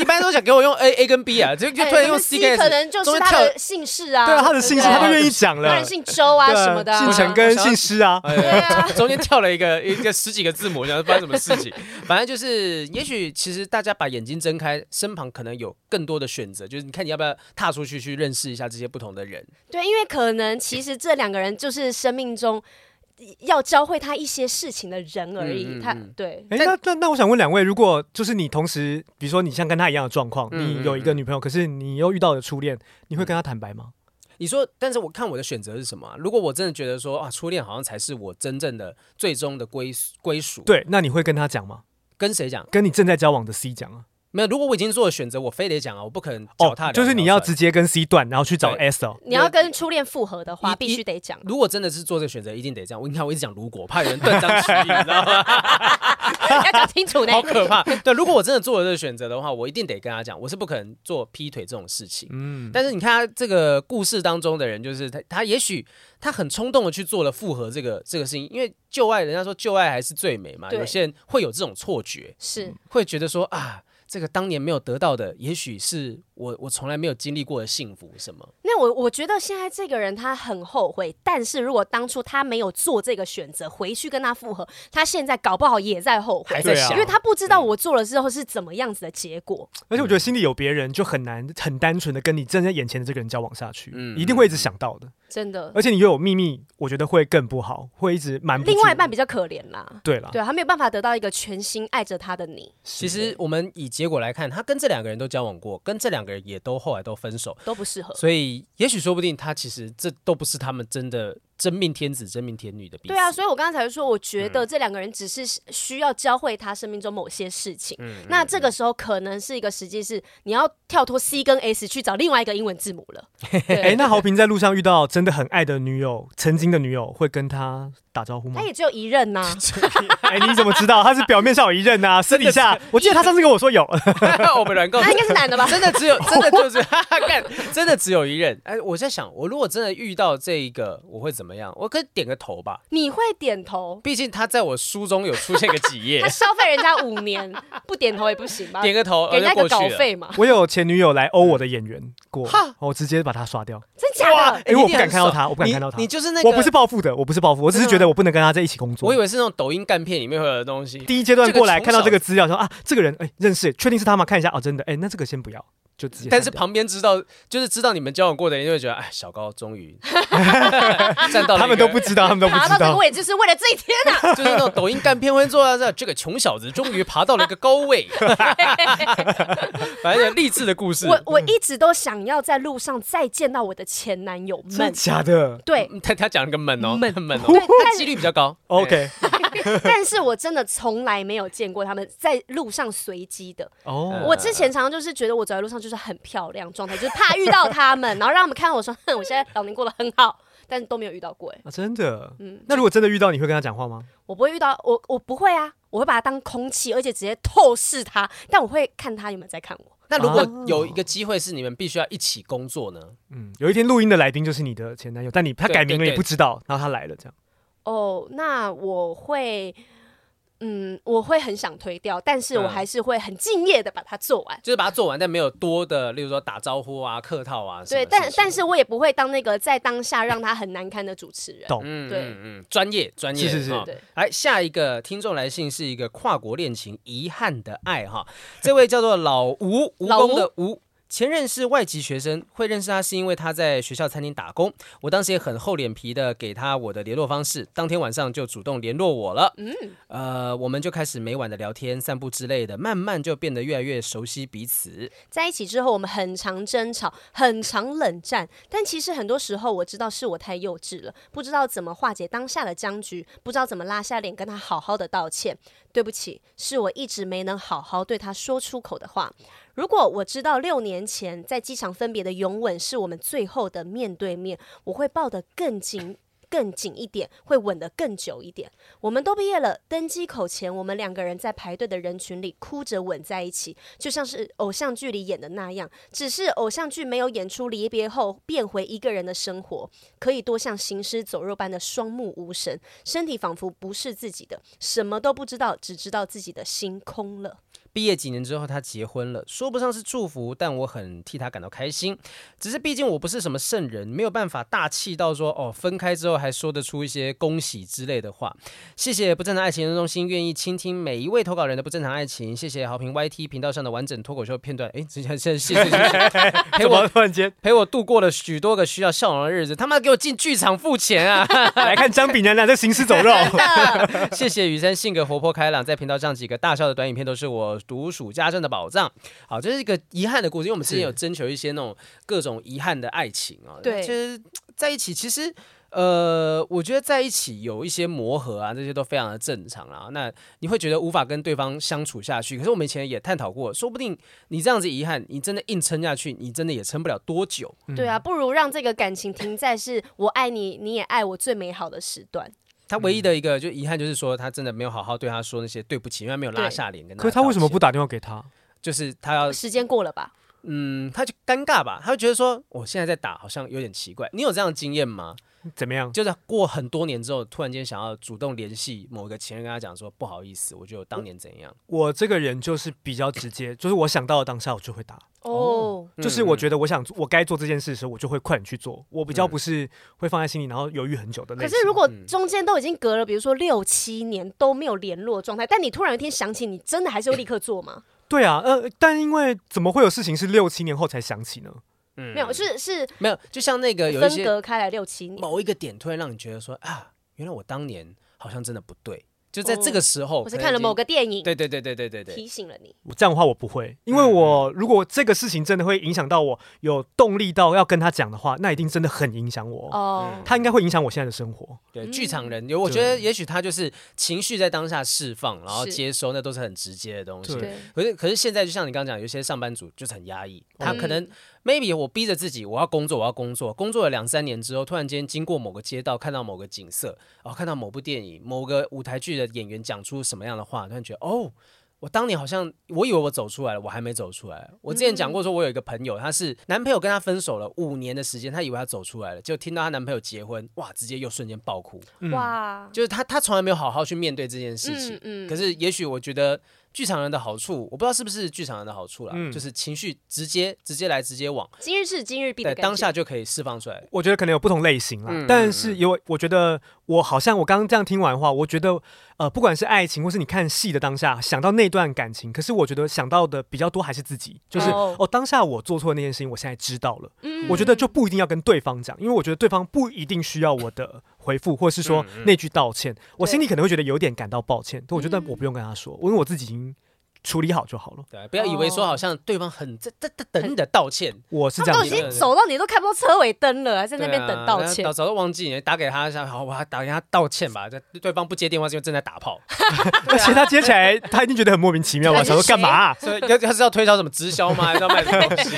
C: 一般都想给我用 A A 跟 B 啊，就就
B: 哎
C: 突然
B: 那
C: 用
B: 么
C: C 跟
B: C 可
C: S。
B: 能就
C: 中
B: 是
C: 间
B: 他
C: 跳
B: 的姓氏啊，
A: 对啊，他的姓氏
B: 对
A: 他
B: 不
A: 都
B: 对
A: 愿意讲了，
B: 他的姓周啊
A: 对啊
B: 什么的啊，
A: 姓陈跟姓施啊，
C: 哎
B: 对啊，
C: 中间跳了一个一个十几个字母，然后发生什么事情？反正就是，也许其实大家把眼睛睁开，身旁可能有更多的选择，就是你看你要不要踏出去去认识一下这些不同的人。
B: 对，因为可能其实这两个人就是生命中要教会他一些事情的人而已。
C: 嗯嗯
B: 他
C: 嗯
B: 对，
A: 哎、
C: 但
A: 那那那我想问两位，如果就是你同时，比如说你像跟他一样的状况，
C: 嗯
A: 你有一个女朋友，可是你又遇到了初恋，你会跟他坦白吗？
C: 你说，但是我看我的选择是什么啊、如果我真的觉得说啊，初恋好像才是我真正的最终的归属归属，，
A: 对，那你会跟他讲吗？
C: 跟谁讲？
A: 跟你正在交往的 C 讲啊？
C: 没有，如果我已经做了选择，我非得讲啊，我不可能脚
A: 哦
C: 踏两条船、，
A: 就是你要直接跟 C 断，然后去找
C: 对嗯
A: S 哦。
B: 你要跟初恋复合的
C: 一
B: 话，
C: 一
B: 必须得讲。
C: 如果真的是做这个选择，一定得这样。我你看，我一直讲如果，怕有人断章取
A: *laughs*
C: 义，你知道吗？
B: 要讲清楚呢
C: *laughs* 好。可怕。对，如果我真的做了这个选择的话，我一定得跟他讲，我是不可能做劈腿这种事情。
A: 嗯，
C: 但是你看他这个故事当中的人，就是他，他也许他很冲动的去做了复合这个这个事情，因为旧爱，人家说旧爱还是最美嘛，
B: 对
C: 有些人会有这种错觉，
B: 是，
C: 会觉得说啊，这个当年没有得到的，也许是我我从来没有经历过的幸福什么。
B: 那我我觉得现在这个人他很后悔，但是如果当初他没有做这个选择，回去跟他复合，他现在搞不好也在后
C: 还
B: 悔，
C: 在
A: 对啊
C: 想，
B: 因为他不知道我做了之后是怎么样子的结果。
A: 而且我觉
C: 嗯
A: 得心里有别人，就很难很单纯的跟你正在眼前的这个人交往下去，
C: 嗯
A: 一定会一直想到的。
B: 真的，
A: 而且你又有秘密，我觉得会更不好，会一直瞒不住。
B: 另外一半比较可怜啦，
A: 对
C: 啊
A: 了，
B: 对啊他没有办法得到一个全心爱着他的你，
A: 其
C: 其实我们以结果来看，他跟这两个人都交往过，跟这两个人也都后来都分手，
B: 都不适合。
C: 所以也许说不定他其实这都不是他们真的真命天子、真命天女的彼此。嗯
B: 对啊，所以我刚才说，我觉得这两个人只是需要教会他生命中某些事情。
C: 嗯
B: 那这个时候可能是一个时机，是你要跳脱 C 跟 S 去找另外一个英文字母
C: *laughs*
B: 了。
A: 哎、
B: 对，
A: 那豪平在路上遇到真的很爱的女友，曾经的女友，会跟他打招呼吗
B: 他？也只有一任呐、
A: 哎、你怎么知道他是表面上有一任
B: *laughs*
A: 啊？私底下，我记得他上次跟我说有，
C: *laughs* 我们乱告？
B: 那应该是男的吧
C: 真的只有，真的就是 *laughs* 哈哈干，真的只有一任。哎，我在想，我如果真的遇到这一个，我会怎么样？我可以点个头吧，
B: 你会点
C: *laughs*
B: 头？
C: 毕竟他在我书中有出现个几页
B: *laughs* 他，消费人家五年，不点头也不行吧？
C: 点
B: 给
C: 个头
B: 人
C: 然
B: 家
C: 后
B: 一个
C: 就
B: 稿
C: 过去了。
B: 费嘛？
A: 我有前女友来殴我的演员过哦
C: 哈，
A: 我直接把他刷掉，
B: 真假的？
A: 因为
C: 哎你
A: 哎我
C: 一
A: 不
C: 定
A: 敢
C: 很
A: 看到
C: 爽
A: 他，我不敢
C: 你
A: 看到他
C: 你。就是那个，
A: 我不是，报复的，我不是报复，我只是觉得我不能跟他在一起工作。
C: 我以为是那种抖音干片里面会有的东西。
A: 第一阶段过来
C: 这个
A: 看到
C: 从小
A: 这个资料，说啊，这个人哎、认识，确定是他吗？看一下哦，真的哎、那这个先不要，就直接删掉。
C: 但是旁边知道，就是知道你们交往过的人，就会觉得，哎，小高
A: *laughs*
C: 终于站到了一个
A: 他们都不知道，他们都不
B: 爬
A: 知
B: 到这个
A: 道。
B: 位置是为了这一天呐、
C: 就是那种抖音干片会做到这，这个穷小子终于爬到了一个高位， *laughs* 反正有励志的故事。
B: 我
A: 嗯
B: 我一直都想要在路上再见到我的前男友
A: 真的
B: 们。
A: 假 *laughs* 的
B: 对，
C: 他他讲了个猛哦，
B: 猛
C: 猛哦
B: 对，
C: 他几率比较高。
A: 哦？OK，嗯
B: 但是我真的从来没有见过他们在路上随机的。
A: 哦，
B: 我之前常常就是觉得我走在路上就是很漂亮状态，就是怕遇到
A: *laughs*
B: 他们，然后让他们看到我说，哼，我现在老年过得很好，但都没有遇到过、欸。
A: 啊，真的。
B: 嗯
A: 那如果真的遇到，你会跟他讲话吗？
B: 我不会遇到，我我不会啊，我会把他当空气，而且直接透视他，但我会看他有没有在看我。
C: 那如果
A: 哦
C: 有一个机会是你们必须要一起工作呢？
A: 嗯，有一天录音的来宾就是你的前男友，但你他
C: 对
A: 改名了
C: 对
A: 也不知道，然后他来了这 *laughs* 样。
B: 哦，那我会。嗯，我会很想推掉，但是我
C: 嗯
B: 还是会很敬业的把它做完。
C: 就是把它做完，但没有多的，例如说打招呼啊、客套啊什么
B: 对，
C: 的。
B: 但但是我也不会当那个在当下让他很难堪的主持人。
A: 懂
C: 嗯，
B: 对
C: 嗯嗯，专业专业
A: 是是是
C: 哈
B: 对
C: 来，下一个听众来信是一个跨国恋情遗憾的爱哈，这位叫做老吴，蜈
B: 老吴
C: 蚣的吴。前任是外籍学生，会认识他是因为他在学校餐厅打工。我当时也很厚脸皮的给他我的联络方式，当天晚上就主动联络我了。嗯，呃，我们就开始每晚的聊天、散步之类的，慢慢就变得越来越熟悉彼此。
B: 在一起之后，我们很常争吵，很常冷战，但其实很多时候我知道是我太幼稚了，不知道怎么化解当下的僵局，不知道怎么拉下脸跟他好好的道歉。对不起，是我一直没能好好对他说出口的话。如果我知道六年前在机场分别的拥吻是我们最后的面对面，我会抱得更紧。更紧一点，会吻得更久一点。我们都毕业了，登机口前，我们两个人在排队的人群里哭着吻在一起，就像是偶像剧里演的那样。只是偶像剧没有演出离别后变回一个人的生活，可以多像行尸走肉般的双目无神，身体仿佛不是自己的，什么都不知道，只知道自己的心空了。
C: 毕业几年之后，他结婚了，说不上是祝福，但我很替他感到开心。只是毕竟我不是什么圣人，没有办法大气到说哦，分开之后还说得出一些恭喜之类的话。谢谢不正常爱情研究中心愿意倾听每一位投稿人的不正常爱情，谢谢好评 YT 频道上的完整脱口秀片段。哎，之前现在谢谢陪
A: 怎么
C: 我
A: 突然 *laughs* 间
C: 陪我度过了许多个需要笑容的日子，他妈给我进剧场付钱啊！
A: 来看张炳南南这行尸走 *laughs* 肉，
C: 谢谢雨珊性格活泼开朗，在频道上几个大笑的短影片都是我独属家珍的宝藏。好，这是一个遗憾的故事，因为我们之前
A: 是
C: 有征求一些那种各种遗憾的爱情啊、
B: 对
C: 其实在一起，其实呃，我觉得在一起有一些磨合啊，这些都非常的正常啊。那你会觉得无法跟对方相处下去，可是我们以前也探讨过，说不定你这样子遗憾，你真的硬撑下去，你真的也撑不了多久。
B: 对啊，不如让这个感情停在是我爱你，你也爱我最美好的时段。
C: 他唯
A: 嗯
C: 一的一个就遗憾就是说，他真的没有好好对他说那些对不起，因为他没有拉
B: 对
C: 下脸跟他。
A: 可是他为什么不？打电话给 *laughs* 他？
C: 就是他要
B: 时间过了吧？
C: 嗯，他就尴尬吧，他就觉得说，我现在在打好像有点奇怪。你有这样的经验吗？
A: 怎么样？
C: 就是过很多年之后，突然间想要主动联系某个前任，跟他讲说，不好意思，我觉得我当年怎样，
A: 我这个人就是比较直接，就是我想到的当下我就会打，
B: 哦，
A: 就是我觉得我想我该做这件事的时候，我就会快点去做。我比较不是会放在心里，然后犹豫很久的类
B: 哦可
A: 型。
B: 是如果
C: 嗯
B: 中间都已经隔了，比如说六七年都没有联络的状态，但你突然有一天想起，你真的还是会立刻做吗？
A: 对啊，呃，但因为怎么会有事情是六七年后才想起呢？
C: 嗯
B: 没有，是是
C: 没有，就像那个有一
B: 分
C: 些
B: 隔开来六七年，
C: 某一个点，突然让你觉得说啊，原来我当年好像真的不对，就在这个时候，
B: 哦我是看了某
C: 个，
B: 个电影
C: 对对对对对对对，
B: 提醒了你。
A: 我这样的话我不会，因为我如果这个事情真的会影响到我有动力到要跟他讲的话，那一定真的很影响我。
B: 哦，
A: 他应该会影响我现在的生活。
C: 对
B: 嗯
C: 剧场人，有我
A: 对
C: 觉得也许他就是情绪在当下释放，然后
B: 是
C: 接收，那都是很直接的东西
A: 对。
B: 对，
C: 可是，可是现在就像你刚刚讲，有些上班族就是很压抑，他可能
B: 嗯
C: maybe 我逼着自己，我要工作，我要工作，工作了两三年之后，突然间经过某个街道，看到某个景色，哦，看到某部电影、某个舞台剧的演员讲出什么样的话，突然觉得哦，我当年好像我以为我走出来了，我还没走出来。我之前
B: 嗯
C: 讲过，说我有一个朋友，她是男朋友跟她分手了五年的时间，她以为她走出来了，就听到她男朋友结婚，哇，直接又瞬间爆哭，
A: 嗯，
B: 哇，
C: 就是她她从来没有好好去面对这件事情。
B: 嗯
C: 可是也许我觉得剧场人的好处，我不知道是不是剧场人的好处啦，
A: 嗯
C: 就是情绪直接直接来直接往，
B: 今日事今日毕的
C: 对，
B: 感觉
C: 当下就可以释放出来。
A: 我觉得可能有不同类型啦，
C: 嗯
A: 但是有我觉得我好像我刚刚这样听完的话，我觉得呃，不管是爱情或是你看戏的当下，想到那段感情，可是我觉得想到的比较多还是自己，就是
B: 哦
A: 哦当下我做错那件事情，我现在知道了，
B: 嗯
A: 我觉得就不一定要跟对方讲，因为我觉得对方不一定需要我的回复，或是说那句道歉，我心里可能会觉得有点感到抱歉，但我觉得我不用跟他说，因为我自己已经处理好就好了，
C: 对，啊不要以
B: 哦
C: 为说好像对方很在在在等你的道歉，
A: 我是
B: 他
A: 这
B: 们
A: 样
B: 都
A: 子的
B: 已经
A: 人。
B: 走到你都看不到车尾灯了，还在
C: 在
B: 那边等道歉
C: 啊早。早都忘记你打给他一下，好，我还打给他道歉吧。这对方不接电话是因为正在打炮，
A: 而且他接起来，他一定觉得很莫名其妙吧？
B: 对
A: 想说干嘛啊、
C: 所以要要是要推销什么直销吗？还是要卖什么东西？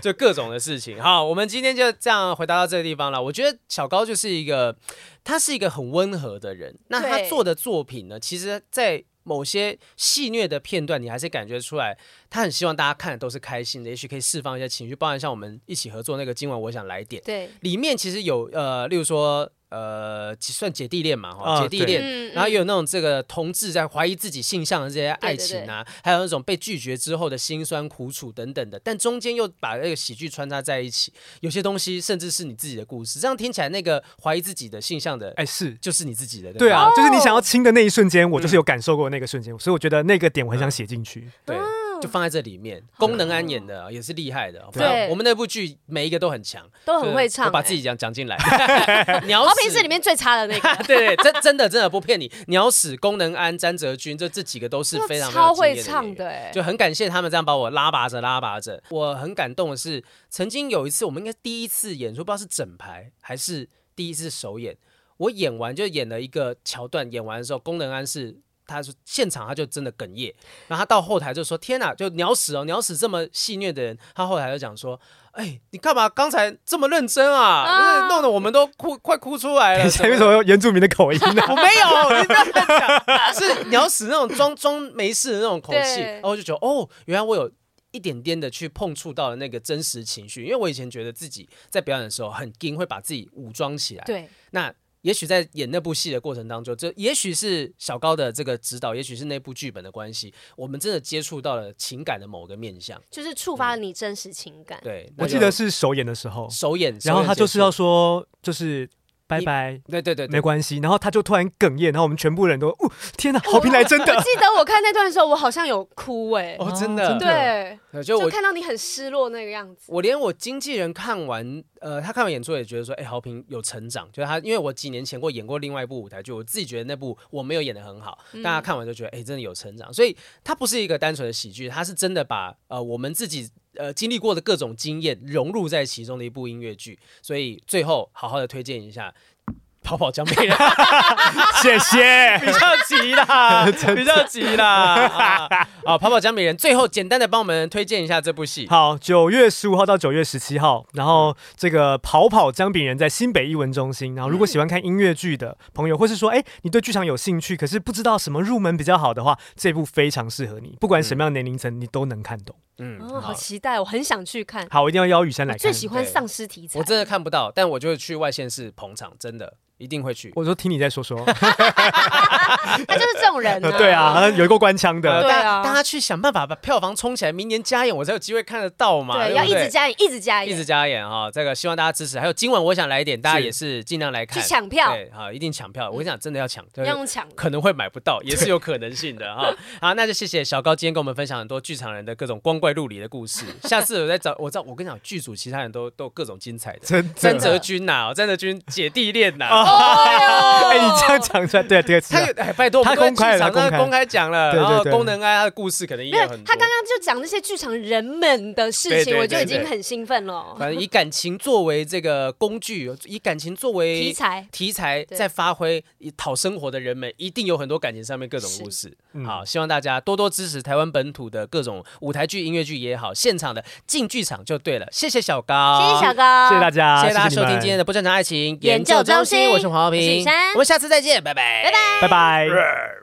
C: 就各种的事情。好，我们今天就这样回答到这个地方了。我觉得小高就是一个，他是一个很温和的人。那他
B: 对
C: 做的作品呢，其实，在某些戏虐的片段，你还是感觉出来，他很希望大家看的都是开心的，也许可以释放一些情绪。包含像我们一起合作那个今晚我想来点，
B: 对，
C: 里面其实有呃，例如说呃，算姐弟恋嘛，哈，
A: 啊
C: 姐弟
A: 对
C: 恋，然后也有那种这个同志在怀疑自己性向的这些爱情啊，还有那种被拒绝之后的辛酸苦楚等等的，但中间又把那个喜剧穿插在一起，有些东西甚至是你自己的故事，这样听起来那个怀疑自己的性向的，
A: 哎、是
C: 就是你自己的，
A: 对
C: 吧
A: 啊，
C: *laughs*
A: 就是你想要亲的那一瞬间，我就是有感受过那个瞬间，所以我觉得那个点我很想写进去。
C: 对。
B: 嗯
C: 就放在这里面。功能安演的也是厉害的，
B: 对
C: 反正我们那部剧每一个都很强，
B: 都很会
C: 就是
B: 唱、哎
C: 我把自己讲讲进来。鸟
B: 好
C: 屎。
B: 比是里面最差的那个
C: *laughs* 对对，真真的真的不骗你，鸟屎、功能安、詹泽君，这这几个都是
B: *laughs*
C: 非常非常
B: 超
C: 有经
B: 会
C: 验演
B: 唱
C: 员
B: 的哎、
C: 就很感谢他们这样把我拉拔着拉拔着。我很感动的是，曾经有一次我们应该第一次演出，不知道是整排还是第一次首演，我演完就演了一个桥段，演完的时候，功能安是。他说现场他就真的哽咽，然后他到后台就说：“天哪，就鸟屎哦，鸟屎这么戏谑的人。”他后台就讲说：“哎，你干嘛刚才这么认真啊？
B: 啊
C: 弄得我们都哭快哭出来
A: *laughs*
B: *laughs*
C: 了。”
A: 前面怎么有原住民的口音呢、
C: *laughs* 我没有，你不要乱
B: *laughs*
C: 讲，是鸟屎那种装装没事的那种口气，
B: 对
C: 然后我就觉得哦，原来我有。一点点的去碰触到了那个真实情绪，因为我以前觉得自己在表演的时候很硬，会把自己武装起来。
B: 对，
C: 那也许在演那部戏的过程当中，这也许是小高的这个指导，也许是那部剧本的关系，我们真的接触到了情感的某个面向。
B: 就是触发了你真实情感。
C: 嗯对，那
A: 我
C: 就
A: 记得是首演的时
C: *laughs*
A: 候，
C: 首演，
A: 然后他就是要
C: 首
A: 说，就是拜拜，
C: 演结束对对对
A: 没
C: 对，
A: 关系。然后他就突然哽咽，然后我们全部人都，哦，
C: *laughs*
A: 天哪，好评来真
B: 我
A: 的。
B: 记得我看那段的时候，我好像有哭哎、
C: 哦，真
A: 哦真
C: 的，
B: 对，
C: 对，就
B: 就
C: 我
B: 看到你很失落那个样子。哦
C: 我连我经纪人看完，呃，他看完演出也觉得说，哎、豪平有成长，就是他，因为我几年前过演过另外一部舞台剧，我自己觉得那部我没有演的很好，
B: 嗯
C: 大家看完就觉得，哎、真的有成长，所以它不是一个单纯的喜剧，它是真的把呃我们自己呃经历过的各种经验融入在其中的一部音乐剧，所以最后好好的推荐一下。跑跑江美人
A: *laughs*
C: *laughs*
A: 谢谢。
C: 比较急
B: *laughs*
C: 啦，比较急啦啊！啊，跑跑江美人，最后简单的帮我们推荐一下这部戏。
A: 好，九月十五号到九月十七号，然后这个跑跑姜饼人在新北艺文中心。然后，如果喜欢看音乐剧的朋友，或是说，哎，你对剧场有兴趣，可是不知道什么入门比较好的话，这部非常适合你，不管什么样的年龄层，你都能看懂。
C: 嗯
B: 哦，好期待，我很想去看。
A: 好，我一定要邀雨山来
B: 我
A: 看。
B: 最喜欢
C: 对
B: 丧尸题材
C: 我。真的看不到，但我就去外县市捧场，真的一定会去。
A: 我说听你在说说， *laughs*
B: *laughs* 他就是这种
C: *laughs*
B: 人啊。
A: 对啊，有一个官腔的，
B: 对啊
C: 大家去想办法把票房冲起来，明年加演我才有机会看得到嘛。
B: 对，
C: 对，
B: 要一直。加演，一直加
C: 一
B: 演
C: 直，加演哈、这个希望大家支持。还有今晚我想来一点，大家
A: 是
C: 也是尽量来
B: 去
C: 看，
B: 抢票，嗯
C: 对，好，一定抢票。我跟你讲，真的要抢，对
B: 要用抢。
C: 可能会买不到，也是有可能性的
B: *laughs*
C: 哈。好，那就谢谢小高今天跟我们分享很多剧场人的各种光怪陆离的故事。下次我再找，我知道我跟你讲，剧组其他人都都有各种精彩的。
A: 真的
B: 真
C: 詹
B: 的
C: 泽君呐、詹泽君姐弟恋呐、
A: *laughs* 哎、
B: 哎
A: 你这样讲出来，对啊，对啊，是
C: 哦他
A: 啊
C: 有哎，拜托，
A: 他
C: 我们
A: 公开了
C: 在剧场
A: 他
C: 上
A: 公开
C: 公开讲了，
A: 对对
C: 然后
A: 对
C: 功能安他的故事可能也
B: 没有
C: 有，很多
B: 他刚刚。就讲那些剧场人们的事
C: 对
B: 情，
C: 对
B: 我就
C: 对
B: 已经
C: 对
B: 很兴奋了。
C: 反正以感情作为这个工具，以感情作为
B: 题材，
C: 题材
B: 对
C: 在发挥，以讨生活的人们一定有很多感情上面各种故事。
A: 嗯
C: 好，希望大家多多支持台湾本土的各种舞台剧、音乐剧也好，现场的进剧场就对了。谢谢小高，
B: 谢谢小。高，
A: 谢谢大家，
C: 啊谢谢大家收听
A: 你们
C: 今天的不正常爱情
B: 研究中
C: 心，
B: 心
C: 我是黄浩
B: 我是
C: 平
B: 雨，珊
C: 我们下次再见，拜拜，
B: 拜拜。
A: 拜拜。
C: 拜。